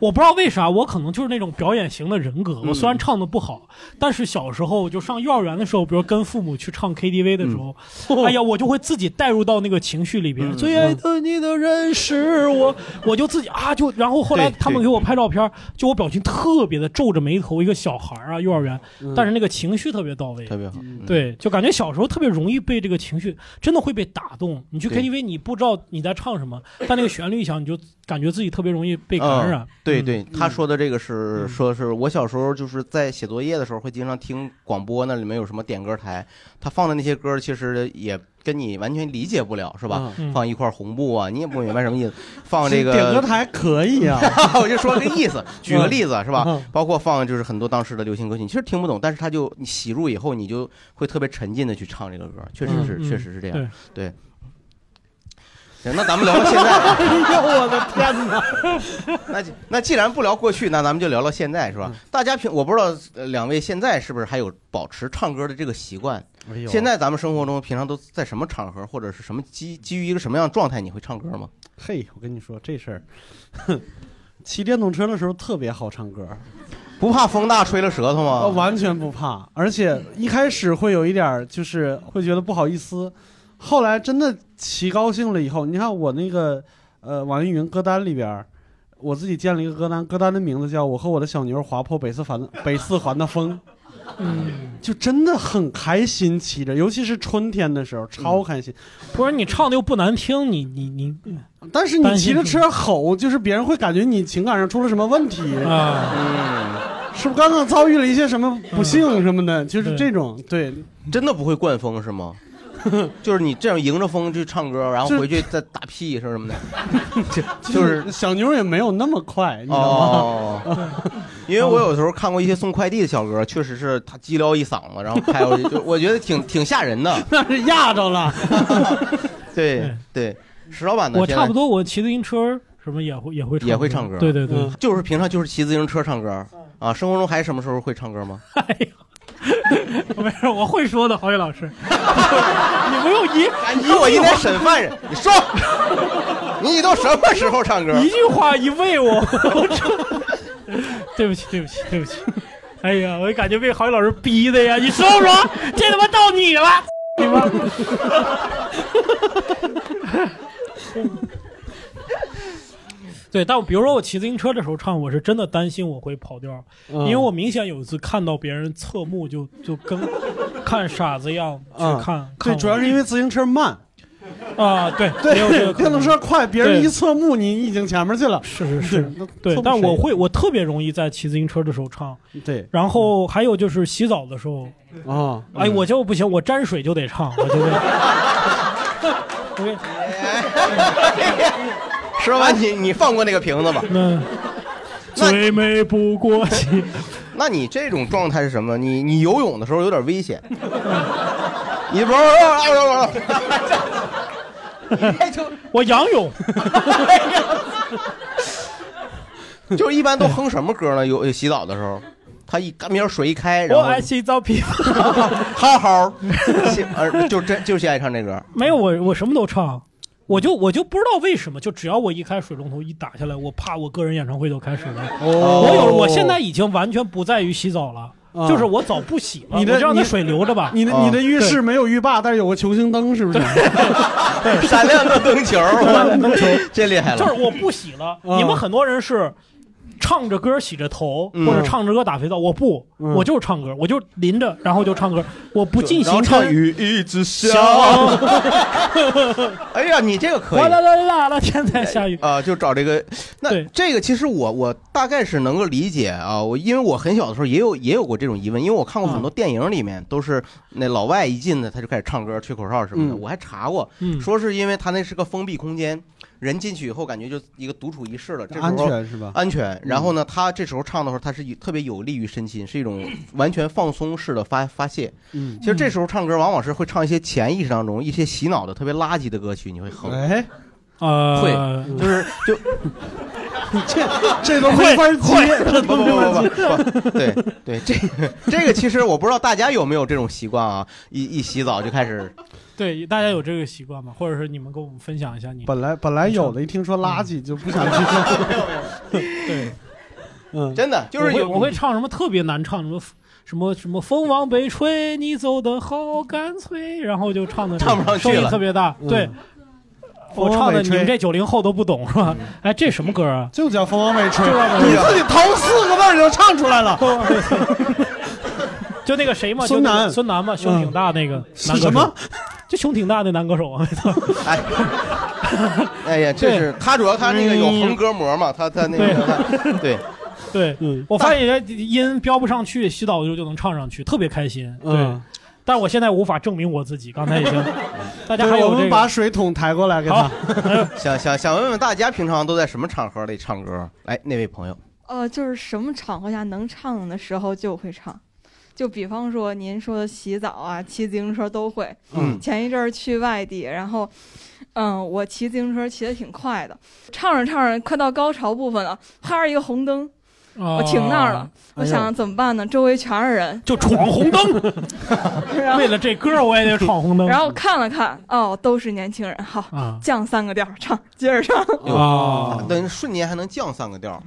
我不知道为啥，我可能就是那种表演型的人格。我虽然唱的不好，但是小时候就上幼儿园的时候，比如跟父母去唱 KTV 的时候，哎呀，我就会自己带入到那个情绪里边。嗯最爱的你的人是嗯我，我就自己啊，就然后后来对他们对给我拍照片，就我表情特别的皱着眉头，一个小孩儿啊，幼儿园，但是那个情绪特别到位，特别好，嗯，对，就感觉小时候特别容易被这个情绪，真的会被打动。你去对 KTV，你不知道你在唱什么，但那个旋律一响，你就感觉自己特别容易被被啊感染。啊嗯对对对，他说的这个是嗯说是我小时候就是在写作业的时候会经常听广播，那里面有什么点歌台，他放的那些歌其实也跟你完全理解不了，是啊吧？嗯放一块红布啊，你也不明白什么 意思。放这个点歌台可以啊， 我就说这个 意思，举个例子是吧嗯？包括放就是很多当时的流行歌曲，你其实听不懂，但是他就你洗入以后，你就会特别沉浸的去唱这个歌，确实是，嗯嗯确实是这样对。对，行，那咱们聊聊现 在吧。哎呦我的天哪！ 那既那既然不聊过去，那咱们就聊聊现在，是吧嗯？大家平我不知道呃两位现在是不是还有保持唱歌的这个习惯？哎 呦现在咱们生活中平常都在什么场合或者是什么基基于一个什么样的状态你会唱歌吗？嘿，我跟你说这事儿， 哼骑电动车的时候特别好唱歌，不怕风大吹了舌头呃吗？完全不怕，而且一开始会有一点儿就是会觉得不好意思，后来真的骑高兴了以后，你看我那个呃网易云歌单里边儿。我自己建了一个歌单，歌单的名字叫《我和我的小牛划破北四环的北四环的风》，嗯，就真的很开心骑着，尤其是春天的时候，超开心。不是你唱的又不难听，你你你但是你担骑心着车吼，就是别人会感觉你情感上出了什么问题，嗯啊，是不是刚刚遭遇了一些什么不幸什么的，就是对这种对，真的不会惯风是 吗？就是你这样迎着风去唱歌，然后就回去再打屁是 什么的，就就是小妞也没有那么快，你知道吗？哦， 因为我有时候看过一些送快递的小哥，确实是他叽撩一嗓子，然后拍过去，就我觉得挺挺吓人的。那是压着了， 对对，石老板呢？我现差在不多，我骑自行车什么也会也会也会唱歌对对对，嗯就是平常就是骑自行车唱歌啊。生活中还什么时候会唱歌吗？哎呦，没事， 我会说的，郝宇老师， 你不用一哎你我应该审犯人，你 说，你都什么时候唱歌？一句话一喂我， 我对不起，对不起，对不起。哎呀，我感觉被郝宇老师逼的呀！你说不 说？这他妈到你了，你妈！对，但我比如说我骑自行车的时候唱，我是真的担心我会跑调，嗯因为我明显有一次看到别人侧目就就跟看傻子一样去嗯看，看对，我主要是因为自行车慢，啊，对没有这对个，可电动能车快，别人对一侧目，你已经前面去了，是是是，那对错不，但谁我会，我特别容易在骑自行车的时候唱，对然后还有就是洗澡的时候，啊，哎，我就不行，我沾水就得唱，我就得。OK， 石老板，你你放过那个瓶子吧。那那最美不过期，那你这种状态是什么？你你游泳的时候有点危险，你不是哎呦哎呦我仰泳，哎呦，就是一般都哼什么歌呢？有有洗澡的时候，他一干明儿水一 开，然我后爱洗澡皮肤。 好好，洗呃就真就是爱唱这歌。没有我，我什么都唱，我就我就不知道为什么，就只要我一开水龙头一打下来，我啪，我个人演唱会就开始了。哦我有，我现在已经完全不在于洗澡了，啊就是我澡不洗了，你的我就让那你水流着吧。你的啊你哦的浴室没有浴霸，但是有个球形灯，是不是？ 闪亮的灯球， 这厉害了。就是我不洗了。嗯你们很多人是唱着歌洗着头，嗯或者唱着歌打肥皂，我不，嗯我就是唱歌，我就淋着，然后就唱歌，我不进行唱跟。雨一直下。 哎呀，你这个可哗啦以。啦啦啦，天 在下雨。啊、就找这个，那对这个其实我我大概是能够理解啊，我因为我很小的时候也有也有过这种疑问，因为我看嗯过很多电影里面都是那老外一进来他就开始唱歌吹口哨什么的，嗯我还查过，嗯，说是因为他那是个封闭空间，人进去以后感觉就一个独处一室了，这时候安全是吧？嗯安全。然后呢，他这时候唱的时候，他是一特别有利于身心，是一种完全放松式的发发泄。嗯，其实这时候唱歌往往是会唱一些潜意识当中一些洗脑的特别垃圾的歌曲，你会哼，哎，呃，就是就你这 这都没法接，这 不都不没法接。不不不，对对，这个 这个其实我不知道大家有没有这种习惯啊，一一洗澡就开始对，大家有这个习惯吗？或者是你们跟我们分享一下你？ 本来本来有的，一听说垃嗯圾就不想去看。对，嗯， 真的就是我会有我会唱什么特别难唱什么。什么什么风往北吹，你走的好干脆，然后就唱的 唱不上去声音了特别大。嗯对，我风唱往的北你们吹这九零后都不懂是嗯吧？哎，这什么歌啊？就叫风往北吹，就让我你自己头四个字儿你就唱出来了。就那个谁嘛，就孙楠嗯那个孙楠嘛，胸挺大那个男歌手什么？就胸挺大那男歌手啊，哎， 哎呀，这是他主要他那个有嗯横膈膜嘛，他他那个对，对，嗯我发现人家音标不上去，洗澡就就能唱上去，特别开心。对，嗯但是我现在无法证明我自己，刚才 已经，大家对还有我这们个把水桶抬过来给他好。想想想问问大家平常都在什么场合里唱歌？来，那位朋友，呃，就是什么场合下能唱的时候就会唱，就比方说您说的洗澡啊、骑自行车都会。嗯前一阵儿去外地，然后，嗯，我骑自行车骑得挺快的，唱着唱着快到高潮部分了，啪一个红灯，我我停那儿了。，哎我呦想怎么办呢？周围全是人，哦就闯红灯。 啊然后为了这歌，我也得闯红灯。然后看了看，哦，都是年轻人，好。啊降三个调儿，唱，接着唱。哦啊，等于瞬间还能降三个 调儿，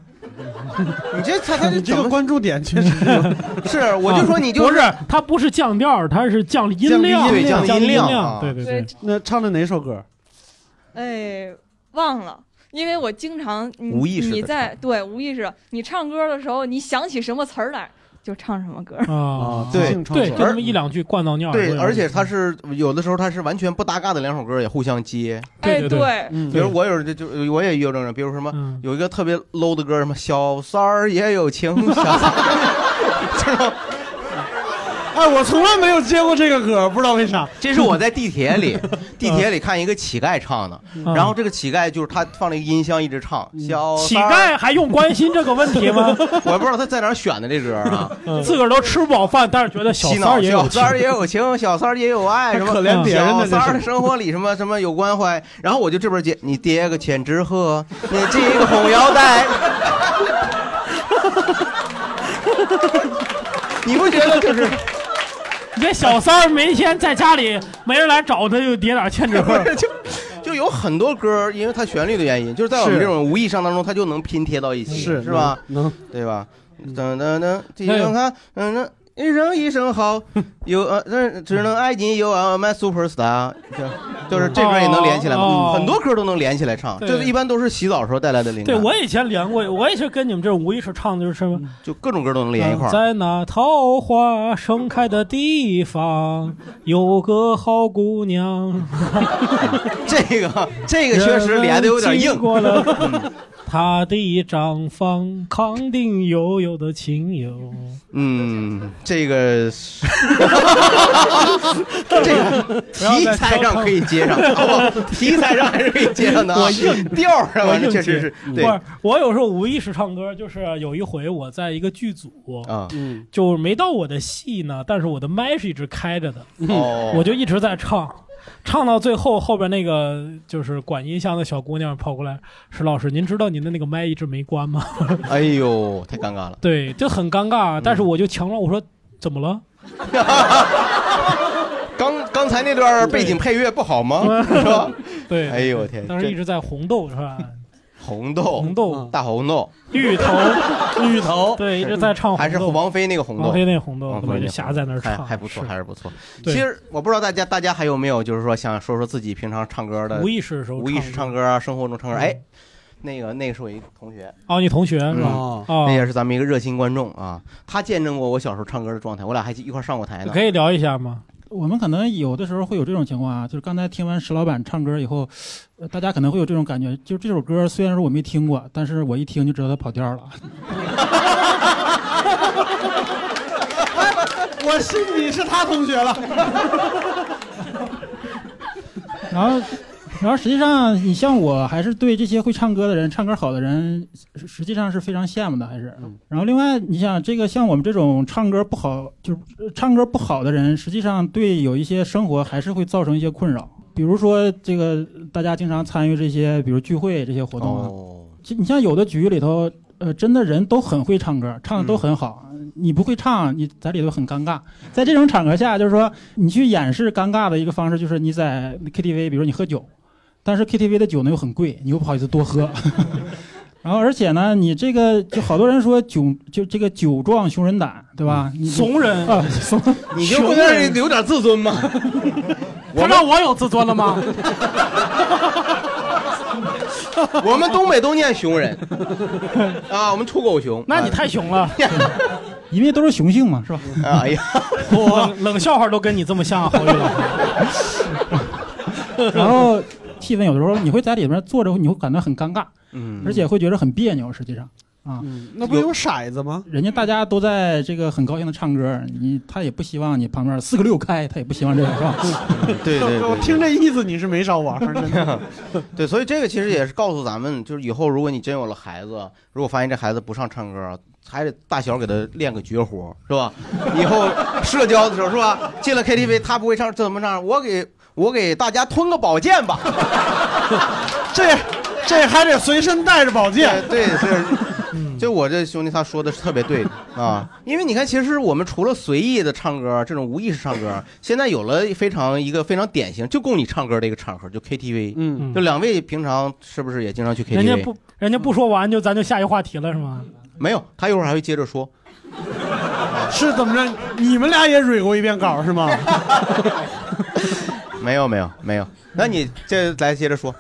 你这他他你这这怎个么 关注点 确实是？我就说你就不是，哦它不是降调儿，它是降音降量，低音降量低音降低音量啊对对对，，那唱的哪首歌？ 哎，忘了，因为我经常你无意识地你在对无意识，你唱歌的时候，你想起什么词儿来就唱什么歌。啊，对净创对，作就那么一两句灌到尿里。对，而且他是有的时候他是完全不搭嘎的两首歌也互相接，对哎，对对，嗯比如我有时候就就我也有这种人，比如什么。嗯，有一个特别 low 的歌，什么小三儿也有情，小三儿 这种哎，我从来没有接过这个歌，不知道为啥。这是我在地铁里，地铁里看一个乞丐唱的，嗯然后这个乞丐就是他放了一个音箱一直唱，小乞三儿丐哎还用关心这个问题吗？ 我不知道他在哪儿选的这歌啊， 嗯自个儿都吃不饱饭，但是觉得小洗三脑儿也有小情三儿也有情，小三儿也有爱，什么可怜别人小的三儿这的是。生活里什么什么有关怀，然后我就这边接，你叠个千纸鹤， 你系个红腰带。你不觉得就是你这小三儿没天在家里没人来找他，就叠点千纸不鹤。 是就就有很多歌，因为它旋律的原因，就是在我们是这种无意上当中，它就能拼贴到一起，是是吧？？能对吧？噔噔噔，地哎上看，嗯噔，一生一生好， 有呃，这只能爱你有 I'm a superstar，就就是这歌也能连起来嘛，嗯哦很多歌都能连起来唱，对这一般都是洗澡时候带来的灵对感，嗯我以前连过，我也是跟你们这种无意识唱的就是什么。就各种歌都能连一块儿。在那桃花盛开的地方，有个好姑娘。 这个这个确实连的有点人硬嗯经，过了她的长房，康定悠悠的情友。嗯，这个是 这个题材上可以接上，好不好？ 题材上还是可以接上的啊我硬，调儿上我完硬了确实接是不对是，我有时候无意识唱歌，就是有一回我在一个剧组，啊，嗯，就是没到我的戏呢，但是我的麦是一直开着的，哦，我就一直在唱，唱到最后，后边那个就是管音箱的小姑娘跑过来，石老师，您知道您的那个麦一直没关吗？。哎呦，太尴尬了对，就很尴尬，啊但是嗯我就强装我说怎么了？ 刚刚才那段背景配乐不好吗？是吧？嗯 对，哎呦我天，当时一这直在红豆是 吧？红豆红豆、大红豆芋 头，芋头对，一直在唱红豆，还是王菲那个红王豆，菲那红豆，王对菲吧那就瞎在那儿还唱，还不错，是还是不错。其对实我不知道大家大家还有没有就是说想说说自己平常唱歌的无意识的时候，无意识唱歌。歌啊，生活中唱歌。嗯哎，那个那个是我一同学，哦，你同学是吧？哦，哦那，也是咱们一个热心观众啊，他见证过我小时候唱歌的状态，我俩还一块儿上过台呢可。以聊一下吗？我们可能有的时候会有这种情况啊，就是刚才听完石老板唱歌以后，呃大家可能会有这种感觉，就这首歌虽然说我没听过，但是我一听就知道它跑 调了。 我信你是他同学了。然后，然后实际上，你像我还是对这些会唱歌的人、唱歌好的人，实实际上是非常羡慕的，还是嗯。然后另外，你想这个像我们这种唱歌不好，就是呃唱歌不好的人，实际上对有一些生活还是会造成一些困扰。比如说，这个大家经常参与这些，比如聚会这些活动啊，哦，其你像有的局里头，呃，真的人都很会唱歌，唱的嗯都很好。你不会唱，你在里头很尴尬。在这种场合下，就是说你去掩饰尴尬的一个方式，就是你在 KTV，比如你喝酒，但是 KTV 的酒呢又很贵，你又不好意思多喝。 然后，而且呢，你这个就好多人说酒就这个酒壮熊人胆，对吧？你怂人，啊，怂 你就不能有点自 尊吗？他让我有自尊了 吗？我们东北都念熊人 啊，我们出狗熊。那你 太熊了， 因为都是雄性嘛，是吧？啊哎 呀， 冷冷笑话都跟你这么像，侯宇老师。 然后气氛，有的时候你会在里面坐着，你会感到很尴尬，嗯而且会觉得很别扭。实际上，嗯，那不有骰子吗？人家大家都在这个很高兴的唱歌，你他也不希望你旁边四个六开，他也不希望这个是吧？ 对对我对， 听这意思你是没少玩儿，真的。对，所以这个其实也是告诉咱们，就是以后如果你真有了孩子，如果发现这孩子不上唱歌，还得大小给他练个绝活，是吧？以后社交的时候是吧？进了 KTV 他不会唱，这怎么唱？我给我给大家吞个宝剑吧。这这还得随身带着宝剑。对， 是，就我这兄弟他说的是特别对的啊，因为你看，其实我们除了随意的唱歌这种无意识唱歌，现在有了非常一个非常典型就供你唱歌的一个场合，就 KTV。嗯，就两位平常是不是也经常去人 KTV？家不，人家不说完就咱就下一话题了是吗？没有，他一会儿还会接着说。是怎么着？你们俩也蕊过一遍稿是 吗？没有没有没有，那你这来接着说。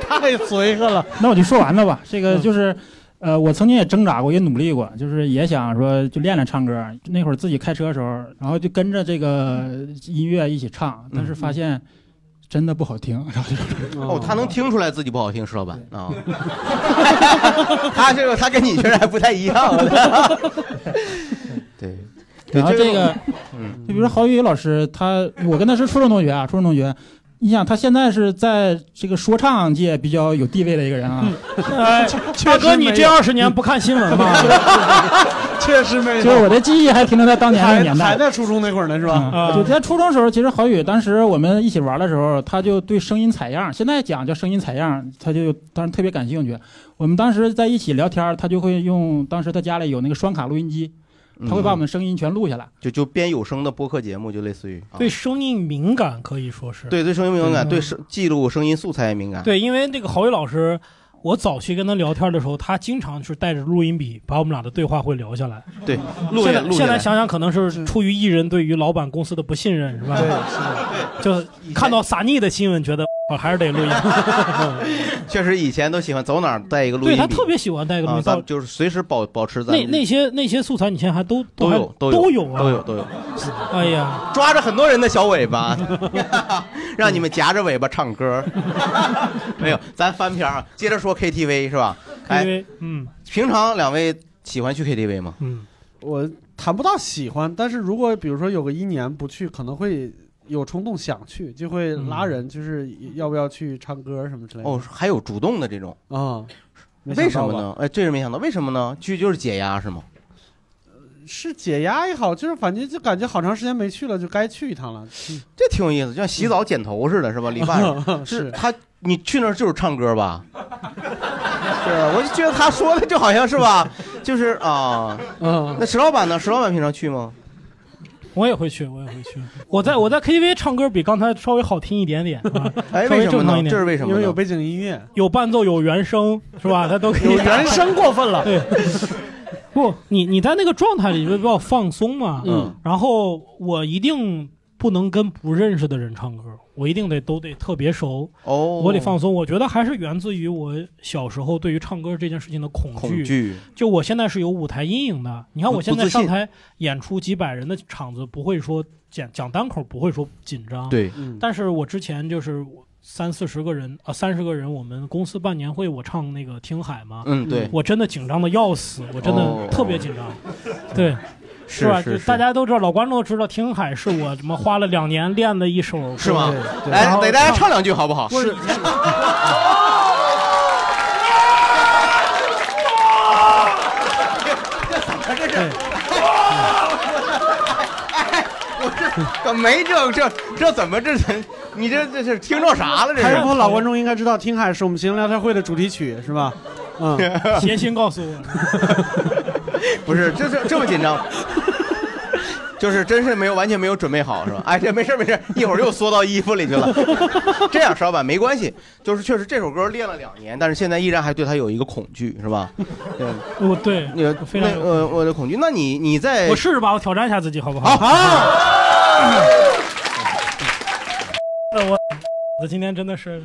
太随和了。嗯那我就说完了吧。这个就是，呃，我曾经也挣扎过，也努力过，就是也想说就练练唱歌。那会儿自己开车的时候，然后就跟着这个音乐一起唱，但嗯是发现真的不好听。然后就哦，他能听出来自己不好听，石老板啊。 他这个他跟你确实还不太一样。 对，对然后这个，嗯就比如说郝宇老师，他我跟他是初中同学啊，初中同学。你想，他现在是在这个说唱界比较有地位的一个人啊，嗯 哎，大哥，你这二十年不看新闻吗？确实没就是我的记忆还停留在当年那个年还还代。在初中那会儿呢是吧？啊嗯就在初中时候，其实郝宇当时我们一起玩的时候，他就对声音采样，现在讲叫声音采样，他就当时特别感兴趣。我们当时在一起聊天，他就会用当时他家里有那个双卡录音机，他会把我们声音全录下来。就就编有声的播客节目，就类似于啊对声音敏感可以说是。对对声音敏感，嗯对声记录声音素材也敏感。对，因为那个郝宇老师，我早期跟他聊天的时候，他经常是带着录音笔把我们俩的对话会聊下来。对，录现下在录现下在来。想想，可能是出于艺人对于老板公司的不信任，是吧？就看到撒尼的新闻，觉得我还是得录音。确实以前都喜欢走哪儿带一个录对音他笔特别喜欢带个录啊，音咱到们就是随时保保持咱那们那些那些素材，你现在还都都还有都有都有啊，都有。都有，哎呀，抓着很多人的小尾 巴，让你们夹着尾巴唱歌。 没有，咱翻篇儿啊，接着说 KTV 是吧？因哎，为嗯平常两位喜欢去 KTV 吗？嗯，我谈不到喜欢，但是如果比如说有个一年不去，可能会有冲动想去，就会拉人，就是要不要去唱歌什么之类的。哦，还有主动的这种，啊、没想为什到么吧？呢？哎，这是没想到，为什么呢？去就是解压是吗？是解压也好，就是反正就感觉好长时间没去了，就该去一趟了。嗯这挺有意思，就像洗澡剪头似的，是吧？理发师是是他，你去那儿就是唱歌吧？是，我就觉得他说的就好像是吧，就是啊。嗯，那石老板呢？石老板平常去吗？我也会去，我也会去。我在我在 KTV 唱歌比刚才稍微好听一点点啊， 哎，稍微为什么正常一点呢？这是为什因么为有呢？背景音乐，有伴奏有原声是吧？他都可以有 原声过分了。对，不，你你在那个状态里就比较放松嘛。嗯，然后我一定不能跟不认识的人唱歌，我一定得都得特别熟，哦，我得放松。我觉得还是源自于我小时候对于唱歌这件事情的恐惧。恐惧，就我现在是有舞台阴影的，你看不我现在不自信上台演出几百人的场子，不会说讲讲单口，不会说紧张。对，嗯，但是我之前就是三四十个人啊，三十个人，我们公司办年会，我唱那个《听海》嘛，嗯，对，我真的紧张的要死，我真的哦特别紧张，对，是吧？是就大家都知道，老观众都知道，《听海》是我什么花了两年练的一首歌，是吗？然来，后给大家唱两句好不好？是是 可没哎这这这怎么这你这这是听着啥了？这还是是不过老观众应该知道，《听海》是我们新闻聊天会的主题曲，是 吧？嗯，谐星告诉我，不是这这这么紧张？就是真是没有完全没有准备好是吧？哎，这没事没事，一会儿又缩到衣服里去了。这样，石老板没关系，就是确实这首歌练了两年，但是现在依然还对他有一个恐惧是吧？对，我哦对，你非那常有呃我的恐惧，那你你在我试试吧，我挑战一下自己，好不好好？好。啊 呃我我今天真的是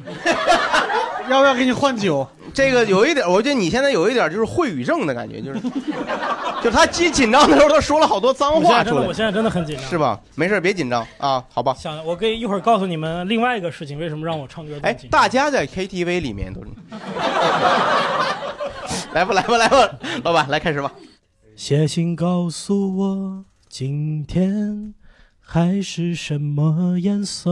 要不要给你换酒？这个有一点，我觉得你现在有一点就是秽语症的感觉，就是， 就他紧紧张的时候，他说了好多脏我现话在真出的，来我，现在真的很紧张。是吧？没事，别紧张啊，好吧。想，我可以一会儿告诉你们另外一个事情，为什么让我唱歌这么哎紧，张。大家在 KTV 里面都是， 来吧，来吧，来吧，老板，来开始吧。写信告诉我今天海是什么颜色。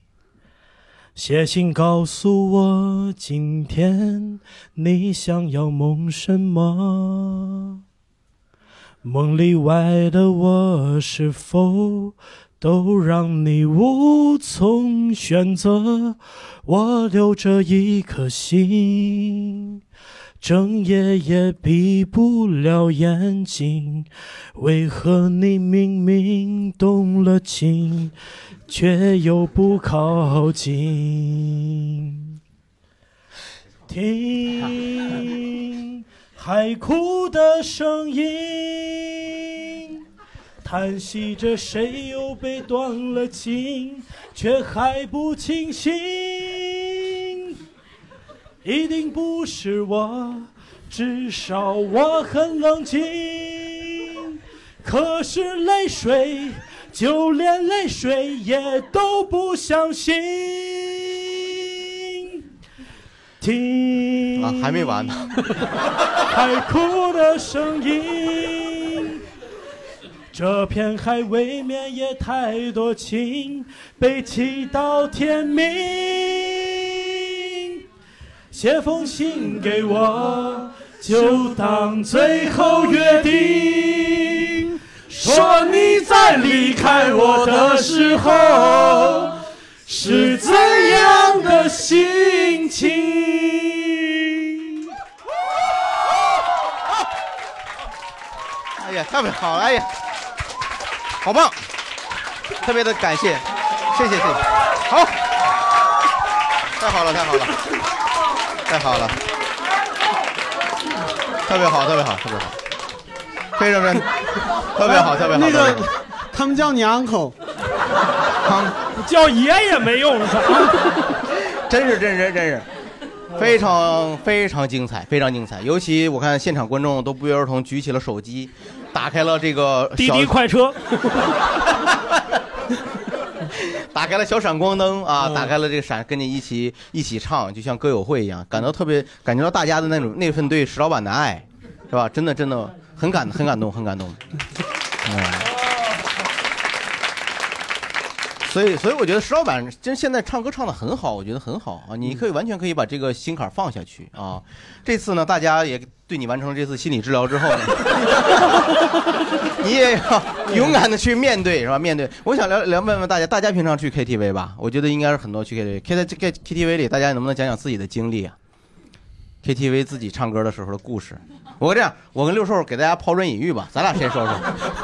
写信告诉我，今天你想要梦什么？梦里外的我是否都让你无从选择？我留着一颗心，整夜也闭不了眼睛。为何你明明动了情，却又不靠近？听海哭的声音，叹息着谁又被断了情，却还不清醒。一定不是我，至少我很冷静。可是泪水，就连泪水也都不相信。听啊，还没完呢。海哭的声音。这片海未免也太多情，被气到天明。写封信给我，就当 最后约定。说你在离开我的时候是怎样的心情？哎呀，特别好，哎呀，好棒，特别的感谢，谢谢谢谢，好，太好了太好了，太好了，特别好特别好特别好，非常非常特别好特别好，那特个别好，他们叫你 uncle， 叫爷爷没用了， 真是真是真是。非常非常精彩，非常精彩。尤其我看现场观众都不约而同举起了手机，打开了这个滴小滴快车， 打开了小闪光灯啊，嗯打开了这个闪，跟你一起一起唱，就像歌友会一样，感到特别感觉到大家的那种那份对石老板的爱，是吧？真的真的很感很感动，很感动。嗯。所以，所以我觉得石老板真现在唱歌唱的很好，我觉得很好啊！你可以完全可以把这个心坎儿放下去啊！这次呢，大家也对你完成了这次心理治疗之后呢， 你也要勇敢的去面对，是吧？面对。我想聊聊问问大家，大家平常去 KTV 吧？我觉得应该是很多去 KTV。K 在 K KTV 里，大家能不能讲讲自己的经历啊？KTV 自己唱歌的时候的故事。我这样，我跟六兽给大家抛砖引玉吧，咱俩先说说，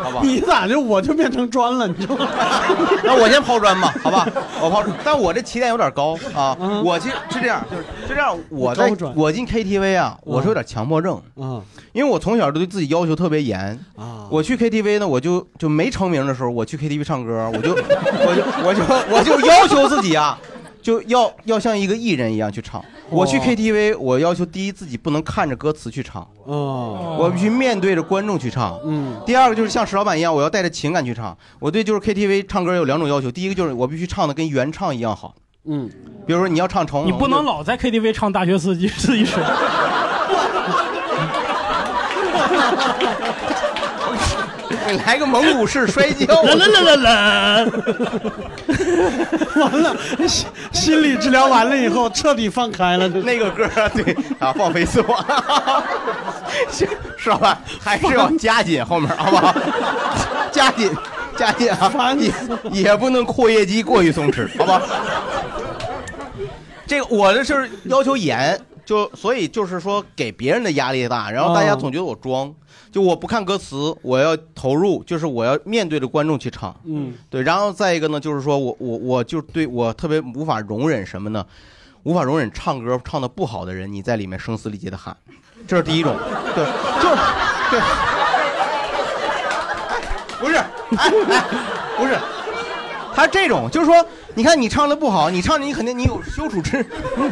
好不好？你咋就我就变成砖了？你知道吗？ 那我先抛砖吧，好吧，我抛砖，但我这起点有点高啊。嗯我其实是这样，就是是这样，我在高砖我进 KTV 啊，我是有点强迫症，啊因为我从小都对自己要求特别严。啊！我去 KTV 呢，我就就没成名的时候，我去 KTV 唱歌，我就我就我就我就要求自己啊，就要要像一个艺人一样去唱。我去哦 KTV，我要求第一自己不能看着歌词去唱，哦，我必须面对着观众去唱。嗯第二个就是像石老板一样，我要带着情感去唱。我对就是 KTV 唱歌有两种要求，第一个就是我必须唱的跟原唱一样好，嗯，比如说你要唱《成龙》，你不能老在 KTV 唱《大 学四季》自己首，就你来个蒙古式摔跤。啦啦啦啦啦， 完了，心心理治疗完了以后彻底放开了，那个歌儿对啊，放飞自我， 行，石老板还是要加紧后面，好不好？加紧，加紧啊！也也不能阔叶肌过于松弛，好吧？这个我这是要求严，就所以就是说给别人的压力大，然后大家哦总觉得我装，就我不看歌词，我要投入，就是我要面对着观众去唱。嗯，对，然后再一个呢，就是说我我我就对我特别无法容忍什么呢？无法容忍唱歌唱的不好的人，你在里面声嘶力竭的喊，这是第一种。对，就是对，不是，哎哎，不是，他这种就是说，你看你唱的不好，你唱着你肯定你有羞耻之，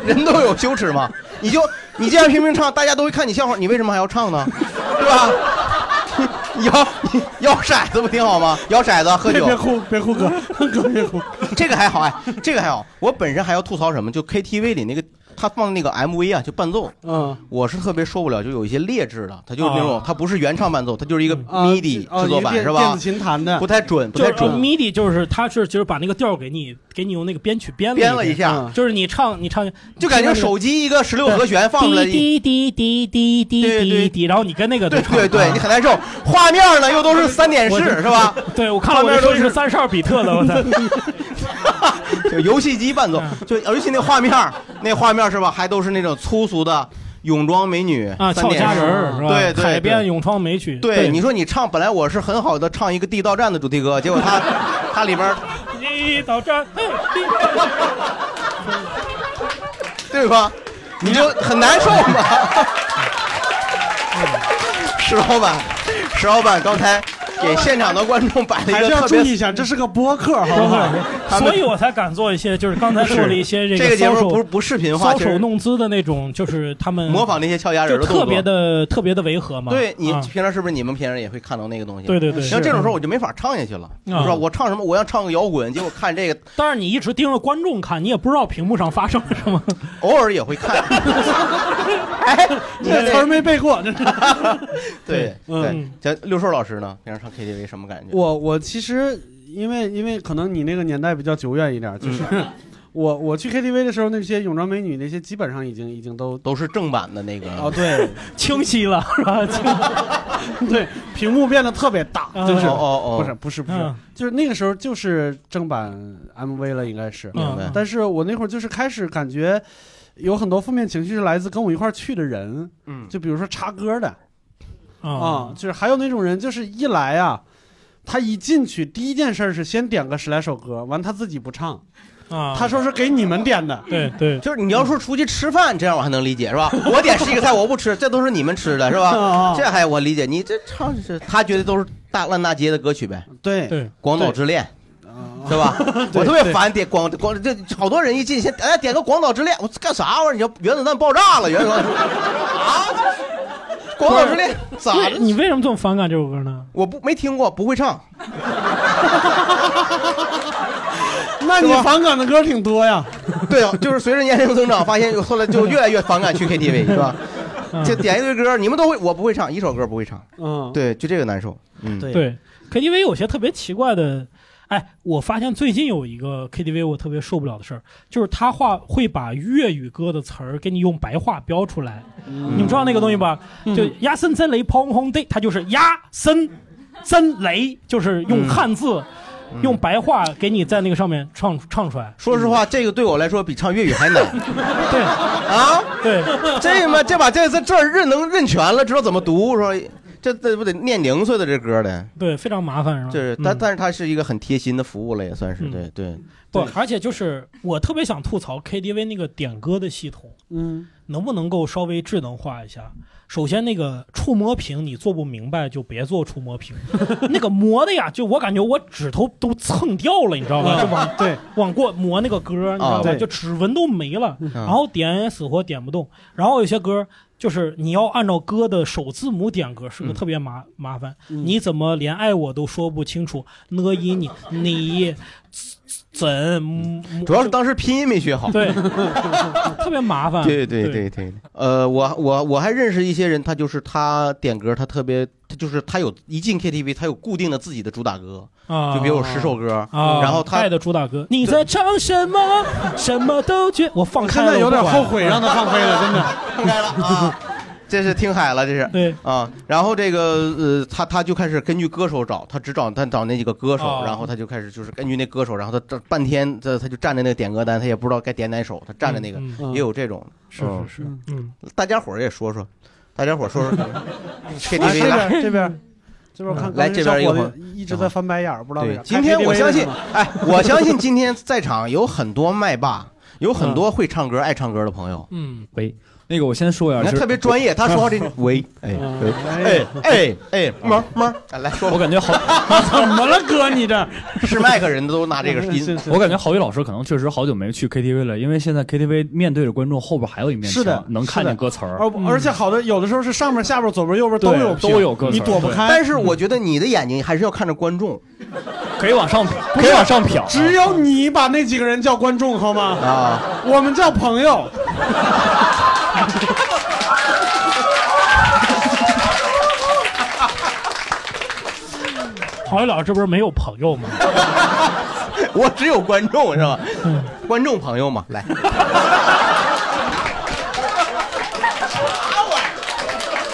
人都有羞耻嘛，你就你这样拼命唱，大家都会看你笑话，你为什么还要唱呢？对吧？ 摇摇骰子不挺好吗？摇骰子喝酒，别哭，别哭，哥，哥别哭。 这个还好哎，这个还好。我本身还要吐槽什么，就 KTV 里那个他放的那个 MV 啊，就伴奏，嗯，我是特别受不了，就有一些劣质的，它就是那种啊它不是原唱伴奏，它就是一个啊 MIDI 哦制作版一个是电吧子？琴弹的嗯不，太准，不就是太呃准， MIDI，就是它是就是把那个调儿给你给你用那个编曲编编了了一遍，嗯下，就是你唱你唱就感觉手机一个十六和弦放出来滴一。滴滴滴滴对滴对滴滴，然后你跟那个对唱对对，啊你很难 受。画面呢又都是三点我式，是吧？ 对我看了画我面这都手机是是三十二比特的，我操！ 就游戏机伴奏，嗯就尤其那画面儿，那画面儿是吧？还都是那种粗俗的泳装美女啊，三俏点佳式嗯人儿是吧？对对海边对咏窗美曲，对，你说你唱，本来我是很好的唱一个地道战的主题歌，结果他他里边儿一早站，嘿 对吧？你就很难受嘛。嗯 石老板，石老板刚才给现场的观众摆了还 一是个要特注别意一下，这是个播客，好不好？他们嗯所以我才敢做一些，就是刚才做了一些是这这个节搔目首不不视频化，搔其实首弄姿的那种，就是他们模仿那些俏佳人就的动特作，别的特别的违和嘛。对你啊平常是不是你们平常也会看到那个东西？对对对，像这种时候我就没法唱下去了，是吧？我唱什么？我要唱个摇滚，结果看这个，但是你一直盯着观众看，你也不知道屏幕上发生了什么。偶尔也会看。哎，你看这词儿没背过，这是。对对嗯，像六兽老师呢，平常唱 KTV 什么感觉？我我其实因为因为可能你那个年代比较久远一点，就是嗯 我我去 KTV 的时候，那些泳装美女那些基本上已经已经都都是正版的那个哦对清晰 了，是吧？清对，屏幕变得特别大，就是哦哦哦，不是不是不是嗯，就是那个时候就是正版 MV 了，应该是。明白嗯但是我那会儿就是开始感觉有很多负面情绪是来自跟我一块儿去的人，嗯，就比如说插歌的。啊、啊就是还有那种人，就是一来啊，他一进去第一件事儿是先点个十来首歌，完他自己不唱，啊！他说是给你们点的。对对，就是你要说出去吃饭，这样我还能理解是吧？我点十几个菜我不吃，这都是你们吃的是吧？啊这还我理解，你这唱是他觉得都是大烂大街的歌曲呗，对对《广岛之恋》。是吧？我特别烦点广广这好多人一进先哎点个《广岛之恋》，我干啥玩意儿？你要原子弹爆 炸了，原子弹啊！《广岛 之恋》咋为的？你为什么这么反感这首歌呢？我不没听过，不会唱。 那你是吧反感的歌挺多呀。对啊，就是随着年龄增长，发现后来就越来越反感去 KTV，是吧？嗯就点一堆歌，你们都会，我不会唱，一首歌不会唱。嗯，对，就这个难受。嗯，对对 KTV 有些特别奇怪的，哎，我发现最近有一个 KTV 我特别受不了的事儿，就是他话会把粤语歌的词儿给你用白话标出来，嗯你嗯们知道那个东西吧？就压森真雷砰砰的，它就是压森真雷，就是用汉字。嗯用白话给你在那个上面唱唱出来，说实话，这个对我来说比唱粤语还难对啊！ 对， 这嘛，这把这字这儿认能认全了，知道怎么读，说这这不得念零碎的这歌的，对，非常麻烦，是吧？就是但嗯但是它是一个很贴心的服务了，也算是嗯对对。不，而且就是我特别想吐槽 KTV 那个点歌的系统，嗯，能不能够稍微智能化一下？首先，那个触摸屏你做不明白就别做触摸屏， 那个磨的呀，就我感觉我指头都蹭掉了，你知道吧？就往嗯对，啊往过磨那个歌，你知道吧？对就指纹都没了，然然后点也死活点不动。然后有些歌就是你要按照歌的首字母点歌，是个嗯特别麻麻烦。嗯你怎么连爱我都说不清楚？呢一你你怎嗯么？嗯主要是当时拼音没学好。 对，特别麻烦。对对对对，呃，我我我还认识一些人，他就是他点歌，他特别，他就是他有一进 KTV，他有固定的自己的主打歌，啊，就比如有十首歌，啊， 然后他爱的主打歌，你在唱什么？什么都觉我放现开了，在有点我不后管 悔让他放飞了，真的。放开了啊。这是听海了，这是对啊。然后这个呃，他他就开始根据歌手找，他只找他找那几个歌手哦，然后他就开始就是根据那歌手，然后他这半天他他就站在那个点歌单，他也不知道该点哪首，他站在那个嗯嗯也有这种的，嗯是，嗯，大家伙儿也说说，大家伙 儿 说说啊这 KTV 边大。这边这边我看刚来才这边小伙一会儿子一直在翻白眼儿，不知道为啥。今天我相信看 KTV 的，哎，我 相信今天在场有很多麦霸，有很嗯多会唱歌、爱唱歌的朋友，嗯，那个我先说一下，你看就是特别专业，他说话这 种喂，哎啊喂，哎哎哎，猫猫，哎来说吧我感 觉郝， 怎么了哥？你这是麦克人都拿这个是音，是我感觉郝宇老师可能确实好久没去 KTV 了，因为现在 KTV 面对着观众后边还有一面是的墙能是看的见歌词儿，而哦而且好的有的时候是上面、下边、左边、右边都嗯对有屏都有歌词你儿躲不对开。但是我觉得你的眼睛还是要看着观众可以往上瞟，可以往上瞟，只有你把那几个人叫观众好吗？啊。我们叫朋友。郝宇老师这不是没有朋友吗？ 我只有观众是吧？观众朋友嘛，来，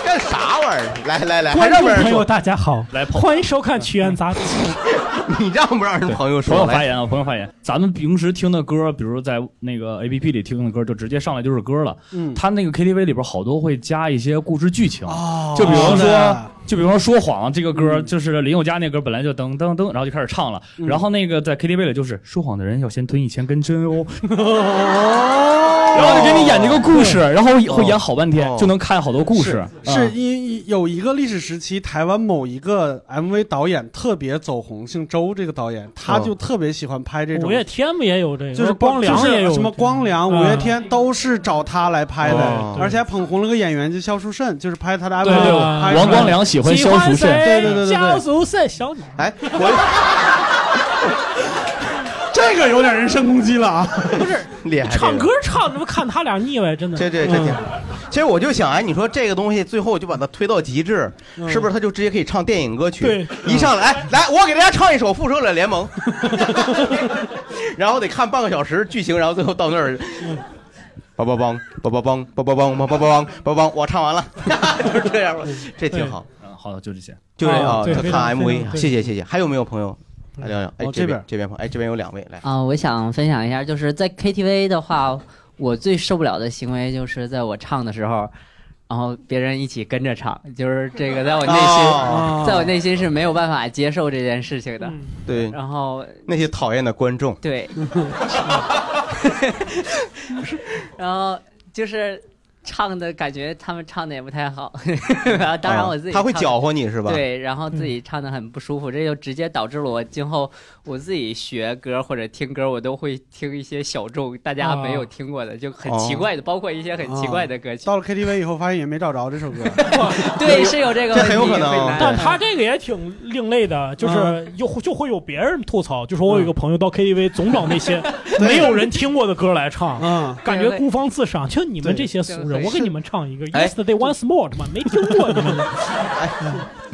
干啥玩意儿？来来来，还观让众不让人朋友说？大家好，来捧欢迎收看《奇缘杂志》。 你让不让人朋友朋说？友来发，言啊，朋友发言。咱们平时听的歌，比如在那个 A P P 里听的歌，就直接上来就是歌了。嗯他那个 K T V 里边好多会加一些故事剧情，哦就比方是说啊的，就比方说说谎啊这个嗯歌，就是林宥嘉那歌本来就噔噔噔，然后就开始唱了。然后那个在 K T V 里就是说谎的人要先吞一千根针哦，然后就给你演这个故事，然后会演好半天哦，就能看好多故事。是嗯因有一个历史时期，台湾某一个 MV 导演特别走红，姓周这个导演，他哦就特别喜欢拍这种五，月天不也有这个？就是光良也就有是什么光良、嗯五月天都是找他来拍的哦，而且还捧红了个演员叫肖淑慎，就是拍他的 MV 对拍出来啊的。王光良喜欢喜萧欢淑慎，谁对对对对对萧淑慎，小你。哎，我这个有点人身攻击了啊！ 厉害，这个唱歌唱，这不看他俩腻歪，真的。这这这挺嗯。其实我就想，哎，你说这个东西最后就把它推到极致，是不是？他就直接可以唱电影歌嗯曲。对，嗯一上来，哎，来，我给大家唱一首《复仇者联盟》， 然后得看半个小时剧情，然后最后到那儿。嗯梆梆嗯梆梆梆梆梆梆梆梆梆梆梆梆，我唱完了，啊就是 这 样吧，这挺好，嗯好，就这些。就这样哦对他非常看非 MV，常对谢谢谢谢。还有没有朋友？来聊聊，哎，哦这这边边这边朋友，哎，这边有两位来，啊、我想分享一下，就是在 KTV 的话，我最受不了的行为就是在我唱的时候，然后别人一起跟着唱，就是这个在我内心，哦在我内心是没有办法接受这件事情的。嗯对然后那些讨厌的观众， 对， 然后就是唱的感觉他们唱的也不太好， 当然我自己、啊他会搅和你是吧？嗯对，然后自己唱的很不舒服，这就直接导致了我今后我自己学歌或者听歌，我都会听一些小众大家没有听过的，就很奇哦怪的，包括一些很奇怪的歌曲。到了 KTV 以后，发现也没找着这首 歌。 对，是有这个这问题，很有可能啊会难但他这个也挺另类的，嗯就是又就会有别人吐槽，就说我有一个朋友到 KTV 总找那 些没有人听过的歌来唱，嗯，感觉孤芳自赏。就你们这些俗人，我给你们唱一个哎 Yesterday Once More，他妈没听过你们。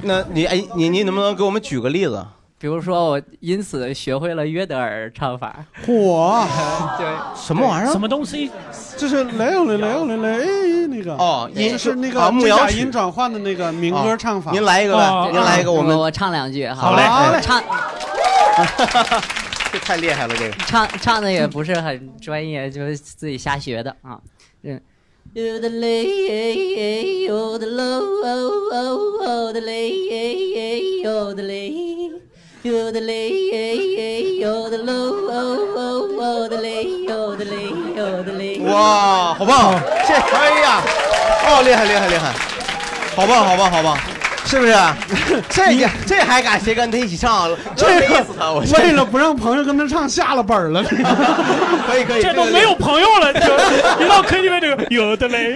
那你哎，你你能不能给我们举个例子？比如说我因此学会了约德尔唱法，火，对，什么玩意什儿？么东西？就是雷有雷雷有雷雷哎那个，哦，音就是那啊个牧真羊假曲哦音转换的那个民歌唱法。您来一个吧，哦您来一个，我们啊我唱两句，嗯好嘞好嘞唱 这太厉害了，这个唱唱的也不是很专业，就是自己瞎学的啊。嗯。有的嘞，有的喽，有的嘞，有的嘞，有的嘞，有的喽，有的嘞，有的嘞，有的嘞。哇，好棒！哦这哎呀，哦，厉害厉害厉害，好棒好棒好棒，是不是？ 这也这还敢谁跟他一起唱？这累个死他！我去为了不让朋友跟他唱，下了本 儿了。这个可以可以，这都没有朋友了， 就一到 KTV 这个有的嘞。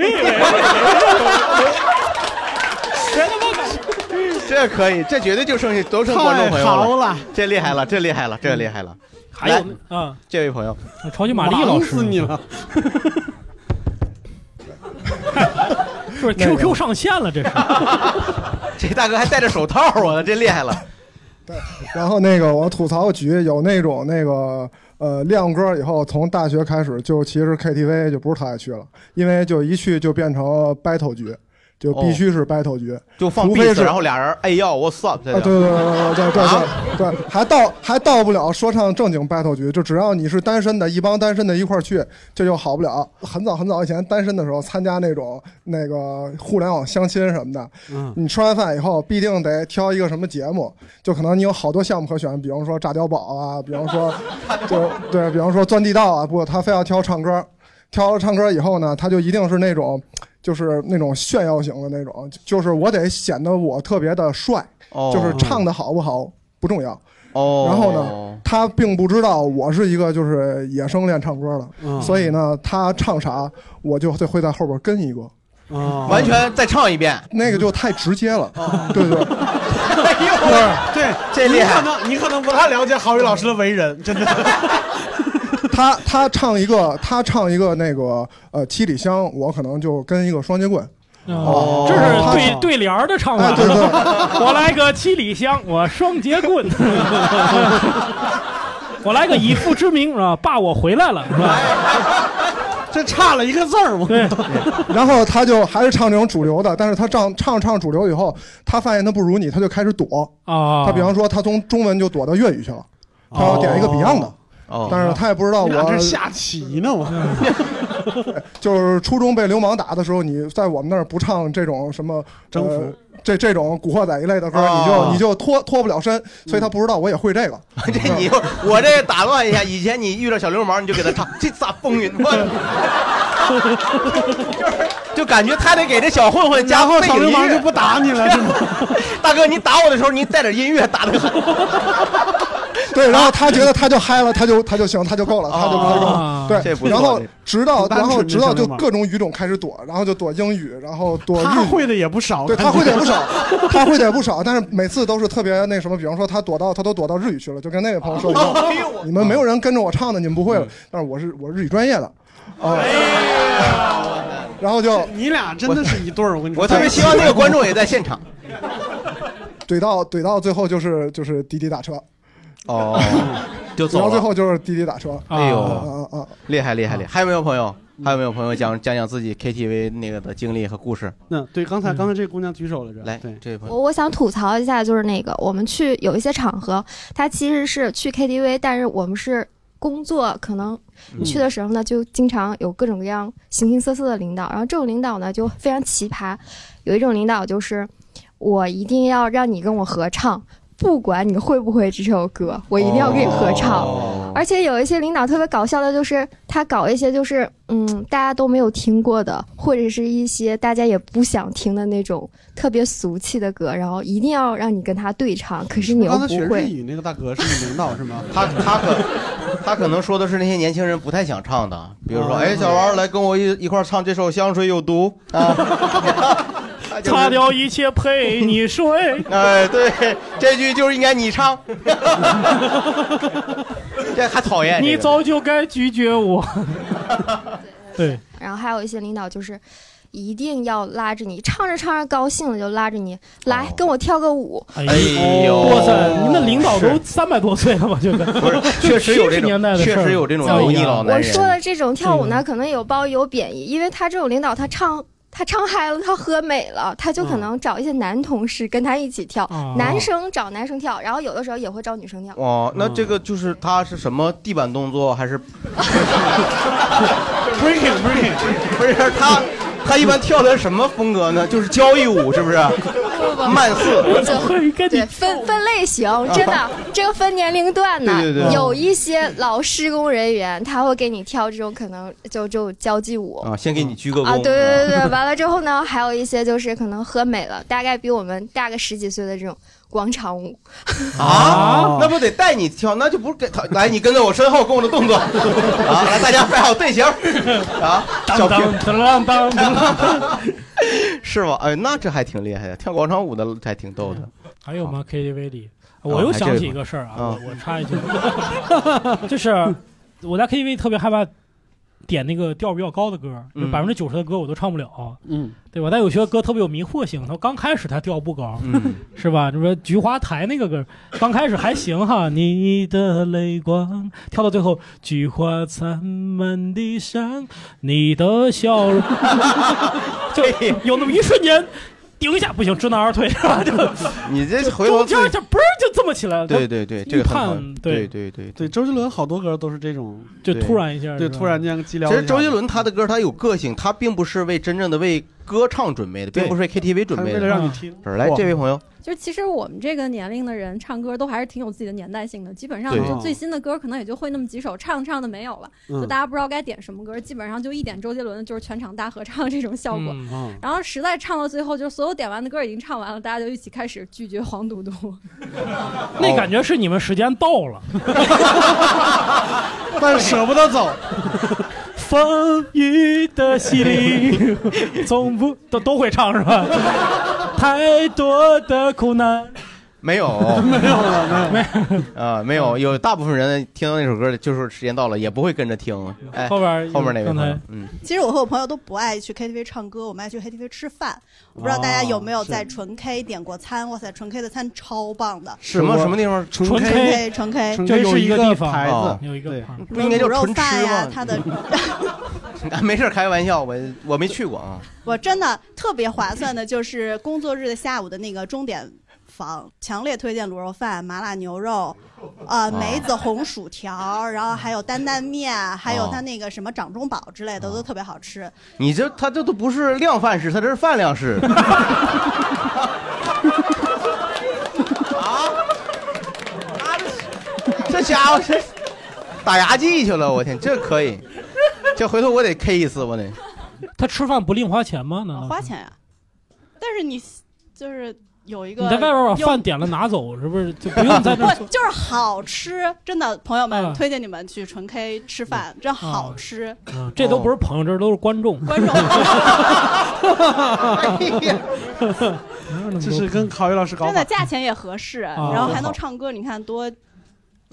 这可以，这绝对就剩下都剩观众朋太友好了，了，这厉害了这厉害了这厉害了！嗯还有来啊，这位朋友，超级玛丽老师忙死 你了。就是 QQ 上线了，这是。 这大哥还戴着手套啊，这厉害 了！然后那个我吐槽局有那种那个呃亮歌以后，从大学开始就其实 KTV 就不是太爱去了，因为就一去就变成 battle 局，就必须是 battle 局，哦就放除 b 非 e 是然后俩人哎要我 s 啊，对对对对对啊对对，对还到还到不了说唱正经 battle 局，就只要你是单身的，一帮单身的一块儿去，这就好不了。很早很早以前单身的时候，参加那种那个互联网相亲什么的，嗯你吃完饭以后必定得挑一个什么节目，就可能你有好多项目可选，比方说炸碉堡啊，比方说就对，比方说钻地道啊，不过他非要挑唱歌，挑了唱歌以后呢，他就一定是那种。就是那种炫耀型的那种，就是我得显得我特别的帅，哦就是唱的好不好不重要。哦然后呢，他并不知道我是一个就是野生练唱歌的，嗯所以呢，他唱啥我就会会在后边跟一个。完全再唱一遍，哦那个就太直接了，对 对，哎对，这厉害哦你可能你可能不太了解郝宇老师的为人，真的。 他他唱一个他唱一个那个呃七里香，我可能就跟一个双截棍。哦这他是对对联儿的唱哎法。对对 我来个七里香，我双截棍。 我来个以父之名是吧？爸，我回来了是吧？这差了一个字儿，我对， 然后他就还是唱那种主流的，但是他唱唱着唱着主流以后，他发现他不如你，他就开始躲啊他比方说，他从中文就躲到粤语去了，他要点一个 Beyond 的，哦但是他也不知道你俩我这下棋呢，我。 就是初中被流氓打的时候，你在我们那儿不唱这种什么征服呃这这种古惑仔一类的歌，你哦就你就脱脱不了身，所以他不知道我也会这个。 这你我这打断一下，以前你遇到小流氓你就给他唱这咋风云 我就感觉他得给这小混混加然后背景小流氓音乐就不打你了是吗？ 大哥，你打我的时候你带点音乐 打得很。对，然后他觉得他就嗨了，他就他就行，他就够了，他就他就够啊了。这不对，错然后这直到挺单然后纯的直到小就流氓各种语种开始躲，然后就躲英语，然后躲 他日语。会的也不少，对感他觉会的也不 少，他会的也不少，但是每次都是特别那什么，比方说他躲到他都躲到日语去了，就跟那位朋友说一哦哎呦样，你们没有人跟着我唱的，你们不会嗯了，但是我是我是日语专业的，啊，然后就哎你俩真的是一对儿，我跟你说。我特别希望那个观众也在现场。怼到怼到最后就是就是滴滴打车，哦，就然走后最了。后就是滴滴打车，哎呦啊啊啊！厉害厉害厉害！还有没有朋友？嗯还有没有朋友讲讲讲自己 KTV 那个的经历和故事？嗯那嗯对刚才刚才这姑娘举手来着，来对，这位朋友我我想吐槽一下，就是那个我们去有一些场合，他其实是去 KTV，但是我们是工作，可能嗯去的时候呢，就经常有各种各样形形色色的领导，然后这种领导呢就非常奇葩，有一种领导就是我一定要让你跟我合唱。不管你会不会这首歌，我一定要跟你合唱。哦而且有一些领导特别搞笑的，就是他搞一些就是嗯大家都没有听过的，或者是一些大家也不想听的那种特别俗气的歌，然后一定要让你跟他对唱，可是你又刚才不学日会。语那个大哥是你领导是吗？ 他他可他可能说的是那些年轻人不太想唱的，比如说，哦哎，小王来跟我一一块儿唱这首《香水有毒》啊， 擦掉一切陪你睡。 哎，对，这句就是应该你唱， 这还讨厌这个你早就该拒绝我。对，然后还有一些领导就是。一定要拉着你，唱着唱着高兴了就拉着你来、跟我跳个舞。哎哎呦哇塞，你们领导都是三百多岁了吧？这个不是确实有这70种年代的事儿哎确实有这种油腻老男我人嗯说的这种跳舞呢，可能有褒有贬义，因为他这种领导，他唱他唱嗨了，他喝美了，他就可能找一些男同事跟他一起跳，嗯哦男生找男生跳，然后有的时候也会找女生跳。哦，嗯那这个就是他是什么地板动作 还是 breaking breaking？不是他他一般跳的是什么风格呢？就是交谊舞是不是？啊哦慢四我怎么会跟对分分类型，真的，这个分年龄段呢，哦对对对有一些老施工人员他会给你跳这种可能就这种交际舞，啊，先给你鞠个躬啊，对嗯对对，对，完了之后呢，还有一些就是可能喝美了，大概比我们大个十几岁的这种广场舞，啊，那不得带你跳，那就不是给他来，你跟在我身后跟我的动作啊，来大家摆好队形啊，小平当当 是吗？哎，那这还挺厉害的，跳广场舞的还挺逗的。还有吗？KTV 里，哦我又想起一个还事儿啊，这 个我我插一句，就是我在 KTV 特别害怕点那个调比较高的歌，就嗯百分之九十的歌我都唱不了，嗯，对吧？但有些歌特别有迷惑性，它刚开始它调不高，嗯是吧？你说《菊花台》那个歌，刚开始还行哈，你的泪光跳到最后，菊花残满地伤，你的笑容， 就有那么一瞬间。顶一下不行，知难而退，是吧？就你这就回头中间自己儿就嘣儿就这么起来了。对对对，这个很好预判，对对对对。对，周杰伦好多歌都是这种，就突然一下对，是吧突然间激撩一其下。实周杰伦他的歌他有个性，他并不是为真正的为歌唱准备的，对并不是为 KTV 准备他是为的，了让你听是来，哇这位朋友，就是其实我们这个年龄的人唱歌都还是挺有自己的年代性的，基本上对就最新的歌可能也就会那么几首，唱着唱的没有了，嗯就大家不知道该点什么歌，基本上就一点周杰伦的就是全场大合唱这种效果。嗯然后实在唱到最后，就是所有点完的歌已经唱完了，大家就一起开始拒绝黄赌毒。 哦那感觉是你们时间到了， 但舍不得走。风雨的洗礼，从不都都会唱是 吧？太多的苦难，没 有，没有了，没有啊，没有，有大部分人听到那首歌就是时间到了，也不会跟着听。哎，后边后面那位刚才朋友，嗯，其实我和我朋友都不爱去 KTV 唱歌，我们爱去 KTV 吃饭。我不知道大家有没有哦是在纯 K 点过餐？哇塞，纯 K 的餐超棒的。什么什么地方？纯 K，纯 K 纯这是一个有地方牌哦子，有一个对，比不如应该叫卤肉纯吃饭呀，它吗？的 没事儿，开玩笑，我我没去过啊。我真的特别划算的，就是工作日的下午的那个钟点房，强烈推荐卤肉饭、麻辣牛肉，呃，哦梅子红薯条，然后还有担担面，还有哦它那个什么掌中宝之类啊的，都特别好吃。你这他这都不是量贩式，他这是饭量式。啊这家伙这打牙祭去了，我天，这可以，这回头我得 K 一次，我得。哦他吃饭不另花钱吗？那花钱呀、但是你就是有一个你在外边把用饭点了拿走，是不是就不用在 这儿不做？就是好吃，真的，朋友们、啊推荐你们去纯 K 吃饭，真好吃。嗯这都不是朋友，这都是观众。 观众，哎就是跟考宇老师搞真的法。价钱也合适，啊然后还能唱歌，你看多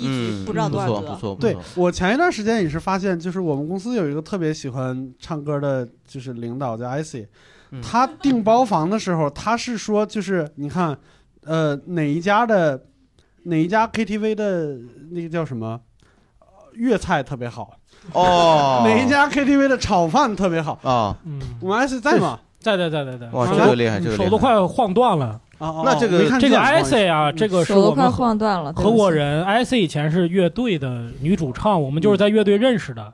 嗯，不知道多少个对我前一段时间也是发现，就是我们公司有一个特别喜欢唱歌的，就是领导叫 IC，他嗯订包房的时候，他是说就是你看，呃，哪一家的哪一家 KTV 的那个叫什么呃粤菜特别好，哦 哪一家 KTV 的炒饭特别好，啊，我们 IC 在吗？在在在在在，哇这个厉害这个厉害手都快晃断了。啊。那这个没看哦这个见不好意思 IC 啊，这个是手都我们快晃断了对合不起伙人 IC 以前是乐队的女主唱，我们就是在乐队认识的，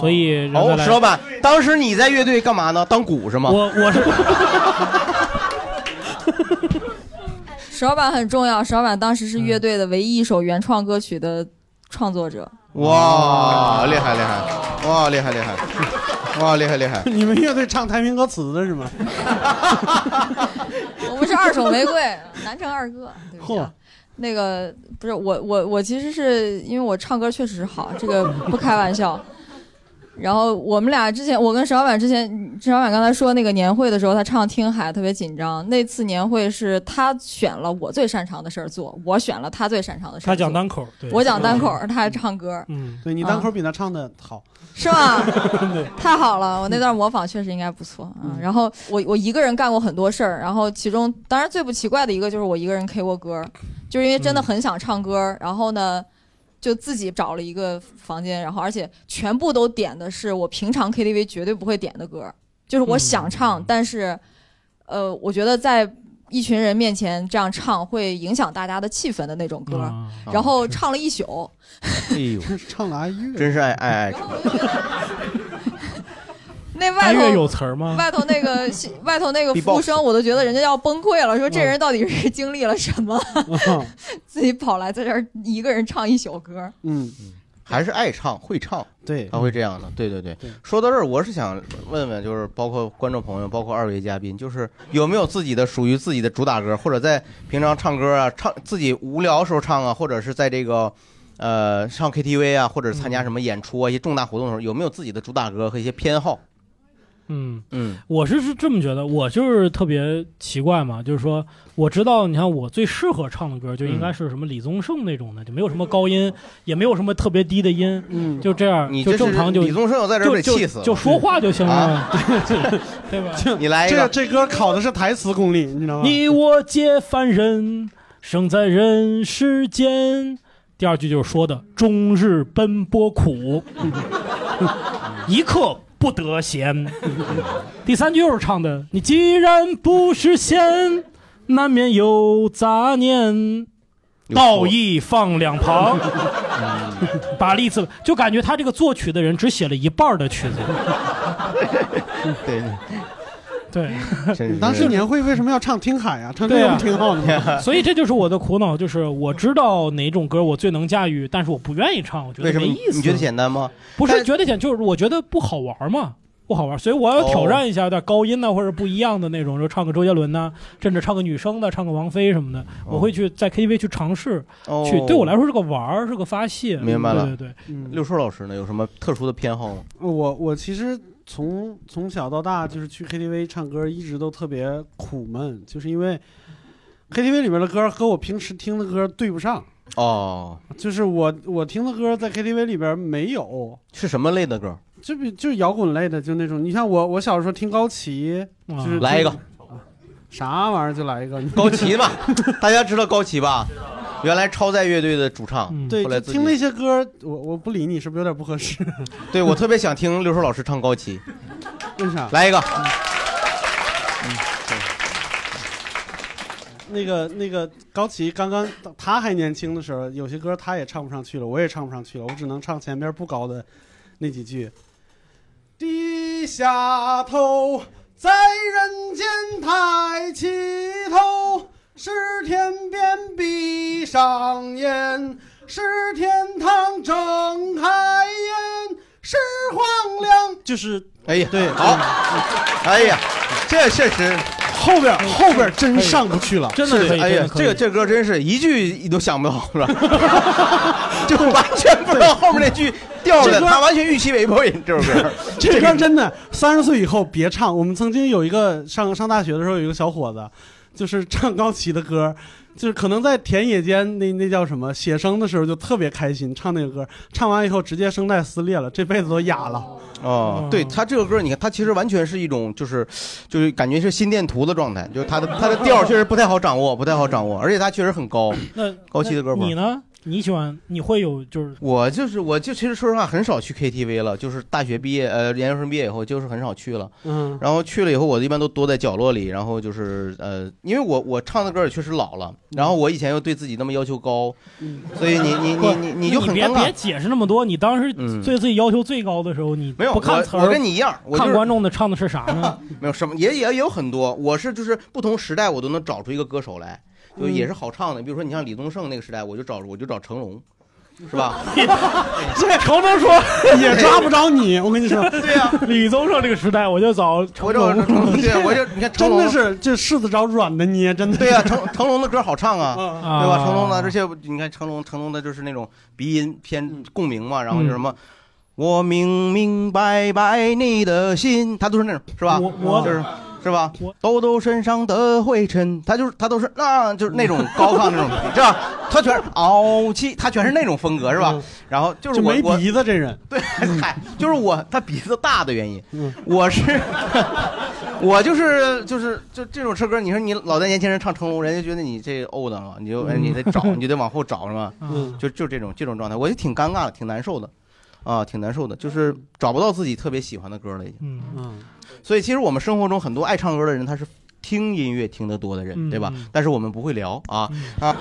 所以让哦她，来石老板，当时你在乐队干嘛呢？当鼓是吗？我我是石老板很重要，石老板当时是乐队的唯一一首原创歌曲的创作者。哇，厉害厉害，哇厉害厉害，哇厉害 厉害 你们乐队唱太平歌词的是吗？我们是二 手玫瑰，南城二哥。对不起嚯啊，那个不是我我我其实是因为我唱歌确实好，这个不开玩笑。然后我们俩之前，我跟石老板之前，石老板刚才说那个年会的时候，他唱《听海》特别紧张。那次年会是他选了我最擅长的事儿做，我选了他最擅长的事儿做。他讲单口，对我讲单口，他还唱歌。嗯，对你单口比他唱的好，是吗？ 太好了，我那段模仿确实应该不错啊。然后我我一个人干过很多事儿，然后其中当然最不奇怪的一个就是我一个人 K 过歌，就是因为真的很想唱歌，然后呢。就自己找了一个房间，然后而且全部都点的是我平常 KTV 绝对不会点的歌，就是我想唱，但是，呃，我觉得在一群人面前这样唱会影响大家的气氛的那种歌，然后唱了一宿，哎呦，真是唱的阿月，真是爱爱爱。那爱外头乐有词儿吗？外头那个外头那个服务生，我都觉得人家要崩溃了，说这人到底是经历了什么， 自己跑来在这儿一个人唱一宿歌。嗯，还是爱唱会唱，对，他会这样的，对对对。说到这儿，我是想问问，就是包括观众朋友，包括二位嘉宾，就是有没有自己的属于自己的主打歌，或者在平常唱歌啊，唱自己无聊时候唱啊，或者是在这个呃上 KTV 啊，或者参加什么演出啊一些重大活动的时候，有没有自己的主打歌和一些偏好？嗯嗯，我是是这么觉得，我就是特别奇怪嘛，就是说我知道，你看我最适合唱的歌就应该是什么李宗盛那种的，就没有什么高音，也没有什么特别低的音，嗯，就这样，嗯你就这是正常就李宗盛要在这儿就被就气死了就说话就行了啊，对吧？你来一这个这歌考的是台词功力，你知道吗？你我皆凡人，生在人世间。第二句就是说的终日奔波苦， 一刻不得闲。第三句又是唱的，你既然不是仙，难免有杂念，道义放两旁。把例子就感觉他这个作曲的人只写了一半儿的曲子，对，对。你当时年会为什么要唱《听海》啊？唱这对个啊，不挺好的 吗？所以这就是我的苦恼，就是我知道哪种歌我最能驾驭，但是我不愿意唱，我觉得为什么没意思。啊你觉得简单吗？不是觉得简，就是我觉得不好玩嘛，不好玩，所以我要挑战一下，有点高音呐、啊或者不一样的那种，就唱个周杰伦呐、甚至唱个女生的，唱个王菲什么的，我会去在 KTV 去尝试，哦去对我来说是个玩儿，是个发泄。明白了。对对对，嗯六叔老师呢，有什么特殊的偏好吗？我我其实从从小到大就是去 KTV 唱歌，一直都特别苦闷，就是因为 KTV 里面的歌和我平时听的歌对不上，哦，就是我我听的歌在 KTV 里边没有，是什么类的歌？就比就是摇滚类的，就那种。你像我我小时候听高旗，就是啊来一个。啥玩意儿就来一个高旗嘛，大家知道高旗吧？原来超载乐队的主唱，对，后来就自听那己，些歌，我我不理你是不是有点不合适？对我特别想听六叔老师唱高 旗，为啥？嗯来一个，那个那个高旗刚刚他还年轻的时候，有些歌他也唱不上去了，我也唱不上去了，我只能唱前边不高的那几句。低下头，在人间抬起头，是天边闭上眼，是天堂睁开眼，是荒凉。就是哎呀，对，好，哎呀，这确实后边后边真上不去了，是哎呀，这个这歌真是一句都想 不到，是吧？就完全不知道后面那句掉这的，歌。他完全预期违背这首歌 这歌真的，三十岁以后别唱。我们曾经有一个上上大学的时候，有一个小伙子，就是唱高旗的歌，就是可能在田野间那那叫什么写生的时候就特别开心，唱那个歌，唱完以后直接声带撕裂了，这辈子都哑了。嗯哦，对他这个歌，你看，他其实完全是一种，就是，就是感觉是心电图的状态，就是他的他的调确实不太好掌握，不太好掌握，而且他确实很高。那高旗的歌那吗你呢？你喜欢？你会有就是我就是我就其实说实话很少去 KTV 了，就是大学毕业呃研究生毕业以后就是很少去了。嗯然后去了以后，我一般都躲在角落里，然后就是呃，因为我我唱的歌也确实老了，嗯然后我以前又对自己那么要求高，所以你你你你你就很别尴别尬。解释那么多。你当时嗯对自己要求最高的时候，你没有不看我词儿我跟你一样我就看是观众的唱的是啥 呢？没有什么，也也也有很多。我是就是不同时代，我都能找出一个歌手来，嗯就也是好唱的。比如说你像李宗盛那个时代，我就找我就找成龙，是吧？这成龙说也抓不着你，我跟你说， 对啊呀、 李宗盛这个时代，我就找成龙 我就对我就你看成真龙的是这柿子找软的捏，真的。对呀、成成龙的歌好唱啊，嗯对吧？啊成龙的，而且你看成龙，成龙的就是那种鼻音嗯偏共鸣嘛，然后就什么。我明明白白你的心，他都是那种是吧？我我就是是吧？抖抖身上的灰尘，他就是他都是那、就是那种高亢那种， 是吧？他全是傲气，他全是那种风格是吧？然后就是嗯就我没我鼻子这人。嗯对，嗨，就是我他鼻子大的原因，我是 我就是就是就这种车歌，你说你老在年轻人唱成龙，人家觉得你这 old 了，你就哎你得找，你就得往后找是吧？嗯就就这种这种状态，我就挺尴尬的，挺难受的，啊，挺难受的，就是找不到自己特别喜欢的歌了已经。嗯嗯，所以其实我们生活中很多爱唱歌的人，他是。听音乐听得多的人，嗯对吧嗯？但是我们不会聊啊啊！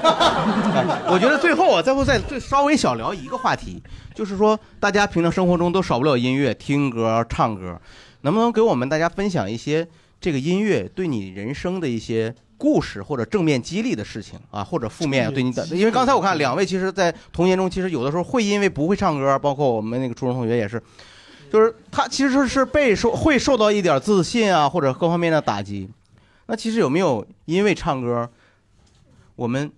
我觉得最后啊，再后再最稍微小聊一个话题，就是说大家平常生活中都少不了音乐，听歌、唱歌，能不能给我们大家分享一些这个音乐对你人生的一些故事或者正面激励的事情啊，或者负面对你的？因为刚才我看两位，其实，在童年中，其实有的时候会因为不会唱歌，包括我们那个初中同学也是，就是他其实是被受会受到一点自信啊或者各方面的打击。那其实有没有因为唱歌，我们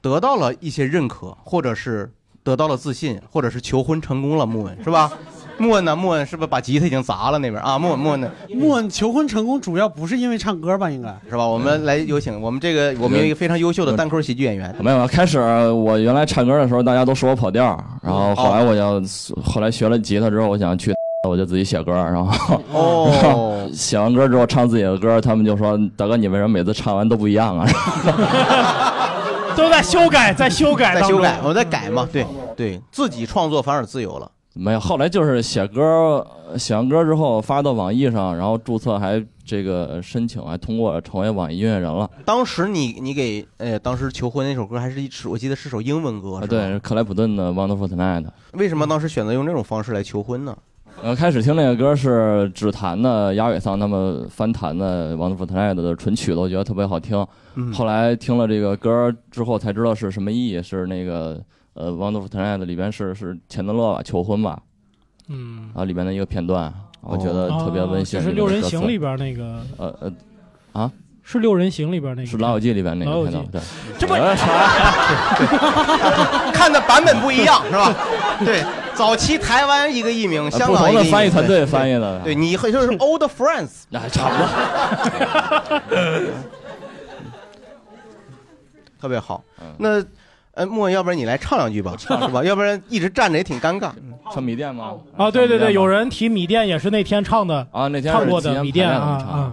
得到了一些认可，或者是得到了自信，或者是求婚成功了？木文是吧？ 莫恩呢？莫恩是不是把吉他已经砸了那边啊？莫恩莫恩呢？莫恩求婚成功主要不是因为唱歌吧？应该是吧？我们来有请我们这个我们有一个非常优秀的单口喜剧演员，没有，啊开始我原来唱歌的时候，大家都说我跑调儿，然嗯后后来我就、后来学了吉他之后，我想哦去，我就自己写歌，然后哦，写完歌之后唱自己的歌，他们就说嗯大哥，你为什么每次唱完都不一样啊？ 都在修改，在修改，嗯在修改，我们在改嘛，对对，自己创作反而自由了。没有，后来就是写歌，写完歌之后发到网易上，然后注册还这个申请还通过，成为网易音乐人了。当时你你给呃，当时求婚那首歌还是一首，我记得是首英文歌，啊，是吧对，是克莱普顿的《Wonderful Tonight》。为什么当时选择用这种方式来求婚呢？呃，开始听那个歌是指弹的鸭尾桑他们翻弹的《Wonderful Tonight》的纯曲子，我觉得特别好听。嗯后来听了这个歌之后才知道是什么意义，是那个呃《Wonderful Tonight》里边是是钱德勒吧求婚吧，嗯，啊里边的一个片段，我觉得特别温馨。哦就是里面六的人歌词行里边那个呃呃啊，是六人行里边那个，是《老友记》里边那老友个片段记，对。 这不哎 看的版本不一样是吧？对，早期台湾一个译名，嗯香啊不港同一个的译名翻译团队对翻译的，对你就是 old friends，那差不多， 特别好。嗯那呃，莫，要不然你来唱两句吧，是吧？要不然一直站着也挺尴尬。唱米店吗？啊，对对对，有人提米店也是那天唱的啊，那天唱过是的吉米安店排啊练的啊，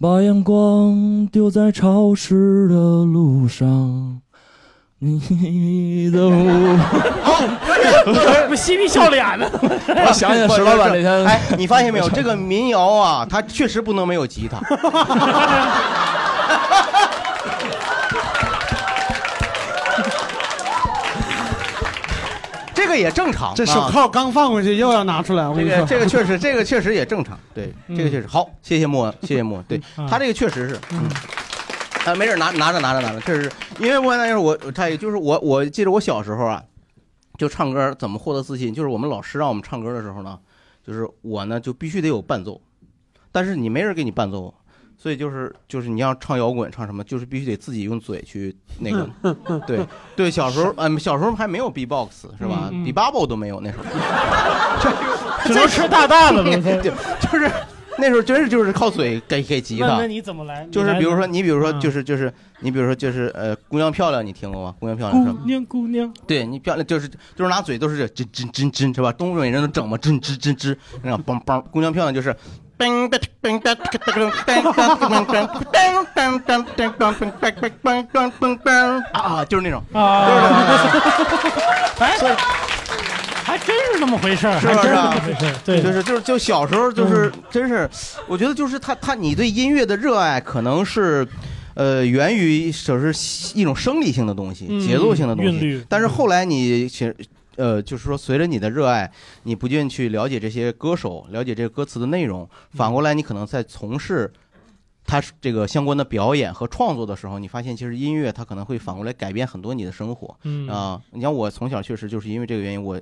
把眼光丢在潮湿的路上。你的舞， 我嬉皮笑脸的。我想起石老板那天哎，你发现没有，这个民谣啊，它确实不能没有吉他。这个也正常，这手啊铐刚放回去又要拿出来，我这跟你个说，这个确实，这个确实也 正常。对，嗯这个确实好，谢谢莫恩，谢谢莫恩。对嗯他这个确实是，嗯啊，没事，拿拿着拿着拿着，确实是因为莫恩那时候我他也就是我我记得我小时候啊，就唱歌怎么获得自信，就是我们老师让我们唱歌的时候呢，就是我呢就必须得有伴奏，但是你没人给你伴奏。所以就是就是你要唱摇滚唱什么，就是必须得自己用嘴去那个，对对，小时候嗯小时候还没有 B-box 是吧嗯嗯？B bubble 都没有那时候，只能吃大蛋了都 对，就是那时候真是就是靠嘴给给急那那的。你怎么来？就是来比如说，你比如说，嗯就是就是你比如说，就是呃，姑娘漂亮，你听过吗？姑娘漂亮是吧？姑娘姑娘，对你漂亮，就是就是拿嘴都是这吱吱吱吱是吧？东北人都整嘛，吱吱吱吱，那样梆梆。姑娘漂亮就是。噔噔噔噔噔噔噔噔噔噔噔噔噔噔噔噔噔噔啊，就是那种， 哎，还真是那么回事儿，是还不真是是啊那么回事儿？对，嗯就是就是就小时候就是、真是，我觉得就是他他你对音乐的热爱可能是。呃，源于就是一种生理性的东西，嗯节奏性的东韵西律。嗯但是后来你其实，呃，就是说，随着你的热爱，你不断去了解这些歌手，了解这个歌词的内容，反嗯过来你可能在从事他这个相关的表演和创作的时候，你发现其实音乐它可能会反过来改变很多你的生活。嗯啊、你像我从小确实就是因为这个原因，我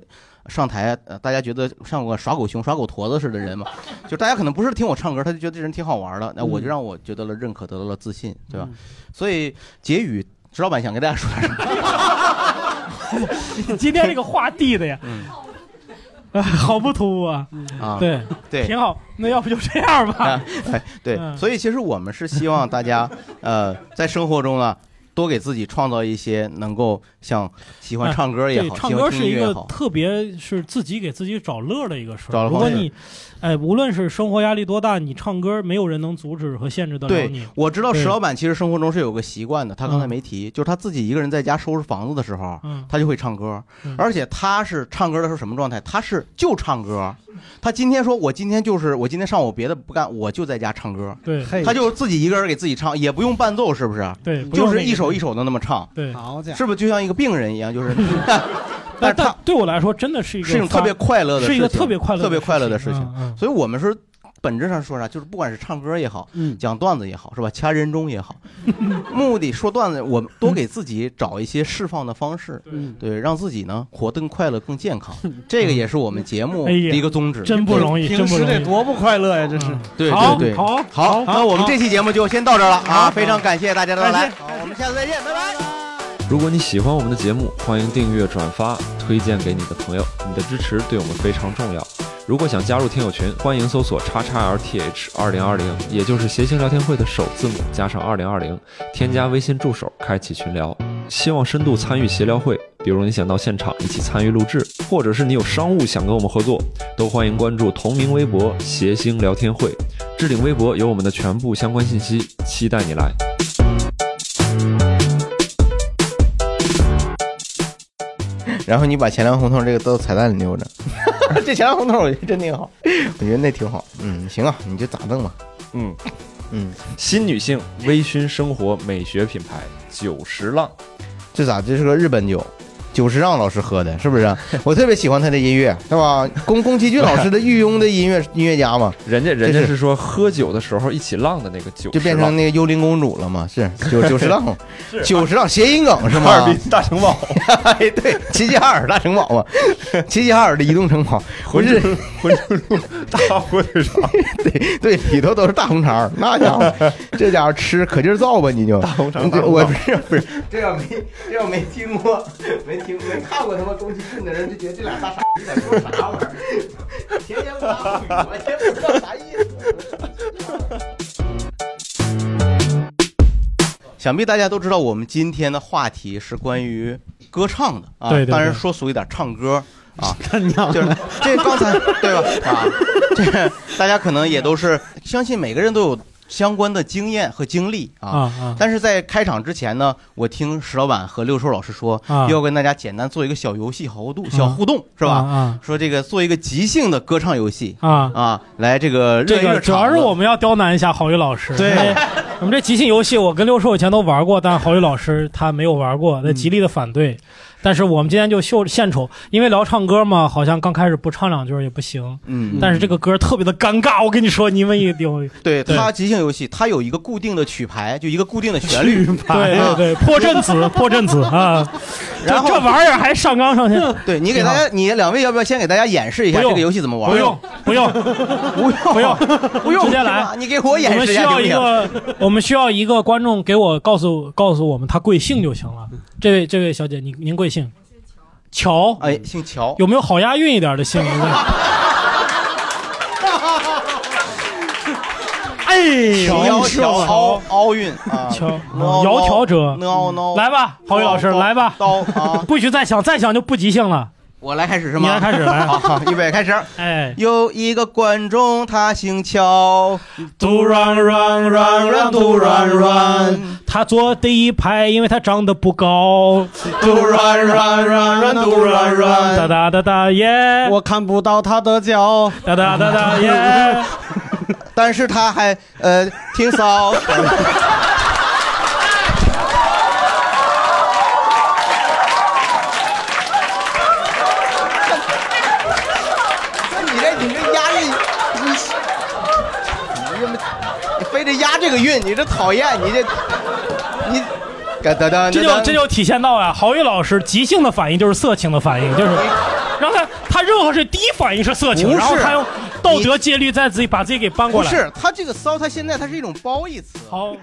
上台，呃，大家觉得像我耍狗熊、耍狗驼子似 的人嘛，就大家可能不是听我唱歌，他就觉得这人挺好玩的，那我就嗯让我觉得了认可，得到了自信，对吧？所以结语，石老板想跟大家说点什么？ 你今天这个话递的呀，哎， 好不突兀啊！嗯啊，对对，挺好。那要不就这样吧？哎，对，嗯所以其实我们是希望大家，呃，在生活中呢，多给自己创造一些能够像喜欢唱歌也哎对好，唱喜欢歌听是音一乐也个好，特别是自己给自己找乐的一个事找儿。乐如果方面你，哎，无论是生活压力多大，你唱歌没有人能阻止和限制得了对你。，我知道石对老板其实生活中是有个习惯的，他刚才没提，就是他自己一个人在家收拾房子的时候，嗯他就会唱歌，嗯而且他是唱歌的时候什么状态？他是就唱歌，他今天说我今天就是我今天上午别的不干，我就在家唱歌，对他就自己一个人给自己唱，也不用伴奏，是不是？对不用就是那个一首一首的那么唱，对，好家是不是就像一个病人一样？就是，但但对我来说，真的是一个是一种特别快乐的是事情，一个特别快乐的特别快乐的事事情情。所以我们是本质上说啥，就是不管是唱歌也好，嗯讲段子也好，是吧？掐人中也好，目的说段子，我们多给自己找一些释放的方式，嗯对，让自己呢活得更快乐、更健康。这个也是我们节目哎的呀一个宗旨。嗯真不容易平真不容易时得多不快乐呀，这是。对好对对，好好，那我们这期节目就先到这儿了啊！非常感谢大家的到来感，好我们下次再见，拜拜。如果你喜欢我们的节目，欢迎订阅、转发、推荐给你的朋友，你的支持对我们非常重要。如果想加入听友群，欢迎搜索叉叉 LTH 二零二零，也就是谐星聊天会的首字母加上二零二零，添加微信助手，开启群聊。希望深度参与协聊会，比如你想到现场一起参与录制，或者是你有商务想跟我们合作，都欢迎关注同名微博“谐星聊天会”，置顶微博有我们的全部相关信息，期待你来。然后你把前粮胡同这个都彩蛋里留着， 这前粮胡同我觉得真挺好，我觉得那挺好。嗯，行啊，你就咋弄吧。嗯嗯，新女性微醺生活美学品牌九十浪，这咋这是个日本酒？久石让老师喝的，是不是？我特别喜欢他的音乐，是吧？宫宫崎骏老师的御庸的音乐音乐 家嘛，人家人这家是是说喝酒的时候一起浪的那个酒，就变成那个幽灵公主了嘛？是九九十浪 是，九十浪谐音梗是吗？哈尔滨大城堡，哎，对，齐齐哈尔大城堡嘛，齐齐哈尔的移动城堡，不是 浑身路大火腿肠， 对对，里头都是大红肠，那家伙，这家伙吃可劲儿造吧，你 就大红肠大红肠我不是不是，这要没这要没听过，没听没看过他妈宫崎骏的人就觉得这俩大傻逼在说啥玩意儿，天天拉不语，我真不知道啥意思。想必大家都知道，我们今天的话题是关于歌唱的啊，对对对当然说俗一点，唱歌 啊，他娘就是这刚才对吧？啊，这大家可能也都是相信每个人都有相关的经验和经历啊。啊啊但是在开场之前呢，我听石老板和六兽老师说，啊要跟大家简单做一个小游戏、好互动、小互动，是吧？啊啊说这个做一个即兴的歌唱游戏啊啊，来这个热这一热个主要场是子我们要刁难一下郝宇老师。对因为我们这即兴游戏，我跟六兽以前都玩过，但郝宇老师他没有玩过，嗯他极力的反对。但是我们今天就秀献丑，因为聊唱歌嘛，好像刚开始不唱两句也不行。嗯但是这个歌特别的尴尬，我跟你说，你们一定会对它即兴游戏，它有一个固定的曲牌，就一个固定的旋律。 对对对，破阵 子，破阵子啊！啊然后这这玩意儿还上纲上线。对你给大家，你两位要不要先给大家演示一下不这用个游戏怎么玩？啊不用，不用，不用， 不用直接是来吧。你 给我演示一下我们需要行不一个，我们需要一个观众给我告诉告诉我们他贵姓就行了。这位这位小姐，您您贵姓？乔。哎，姓嗯乔。有没有好押韵一点的姓名 呢？哎呦，乔你瑶说乔我奥奥运啊，乔挠窈窕者嗯挠挠，来吧，郝宇老师，刀来吧，刀啊， 不许再想，再想就不即兴了。我来开始是吗？你来开始来 好好，预备开始。哎，有一个观众他姓乔，嘟软软软软嘟软软，他坐第一排，因为他长得不高。嘟软软软软嘟软软哒哒哒哒耶！我看不到他的脚， 哒哒哒 哒耶！但是他还呃挺骚。你这你这押韵，你你这么你非得押这个韵，你这讨厌，你这你哒哒哒，这就这就体现到啊，郝宇老师即兴的反应就是色情的反应，就是嗯让他他任何事第一反应是色不情，是然后他用道德戒律再自己把自己给搬过不来。是他这个骚，他现在他是一种褒义词。好，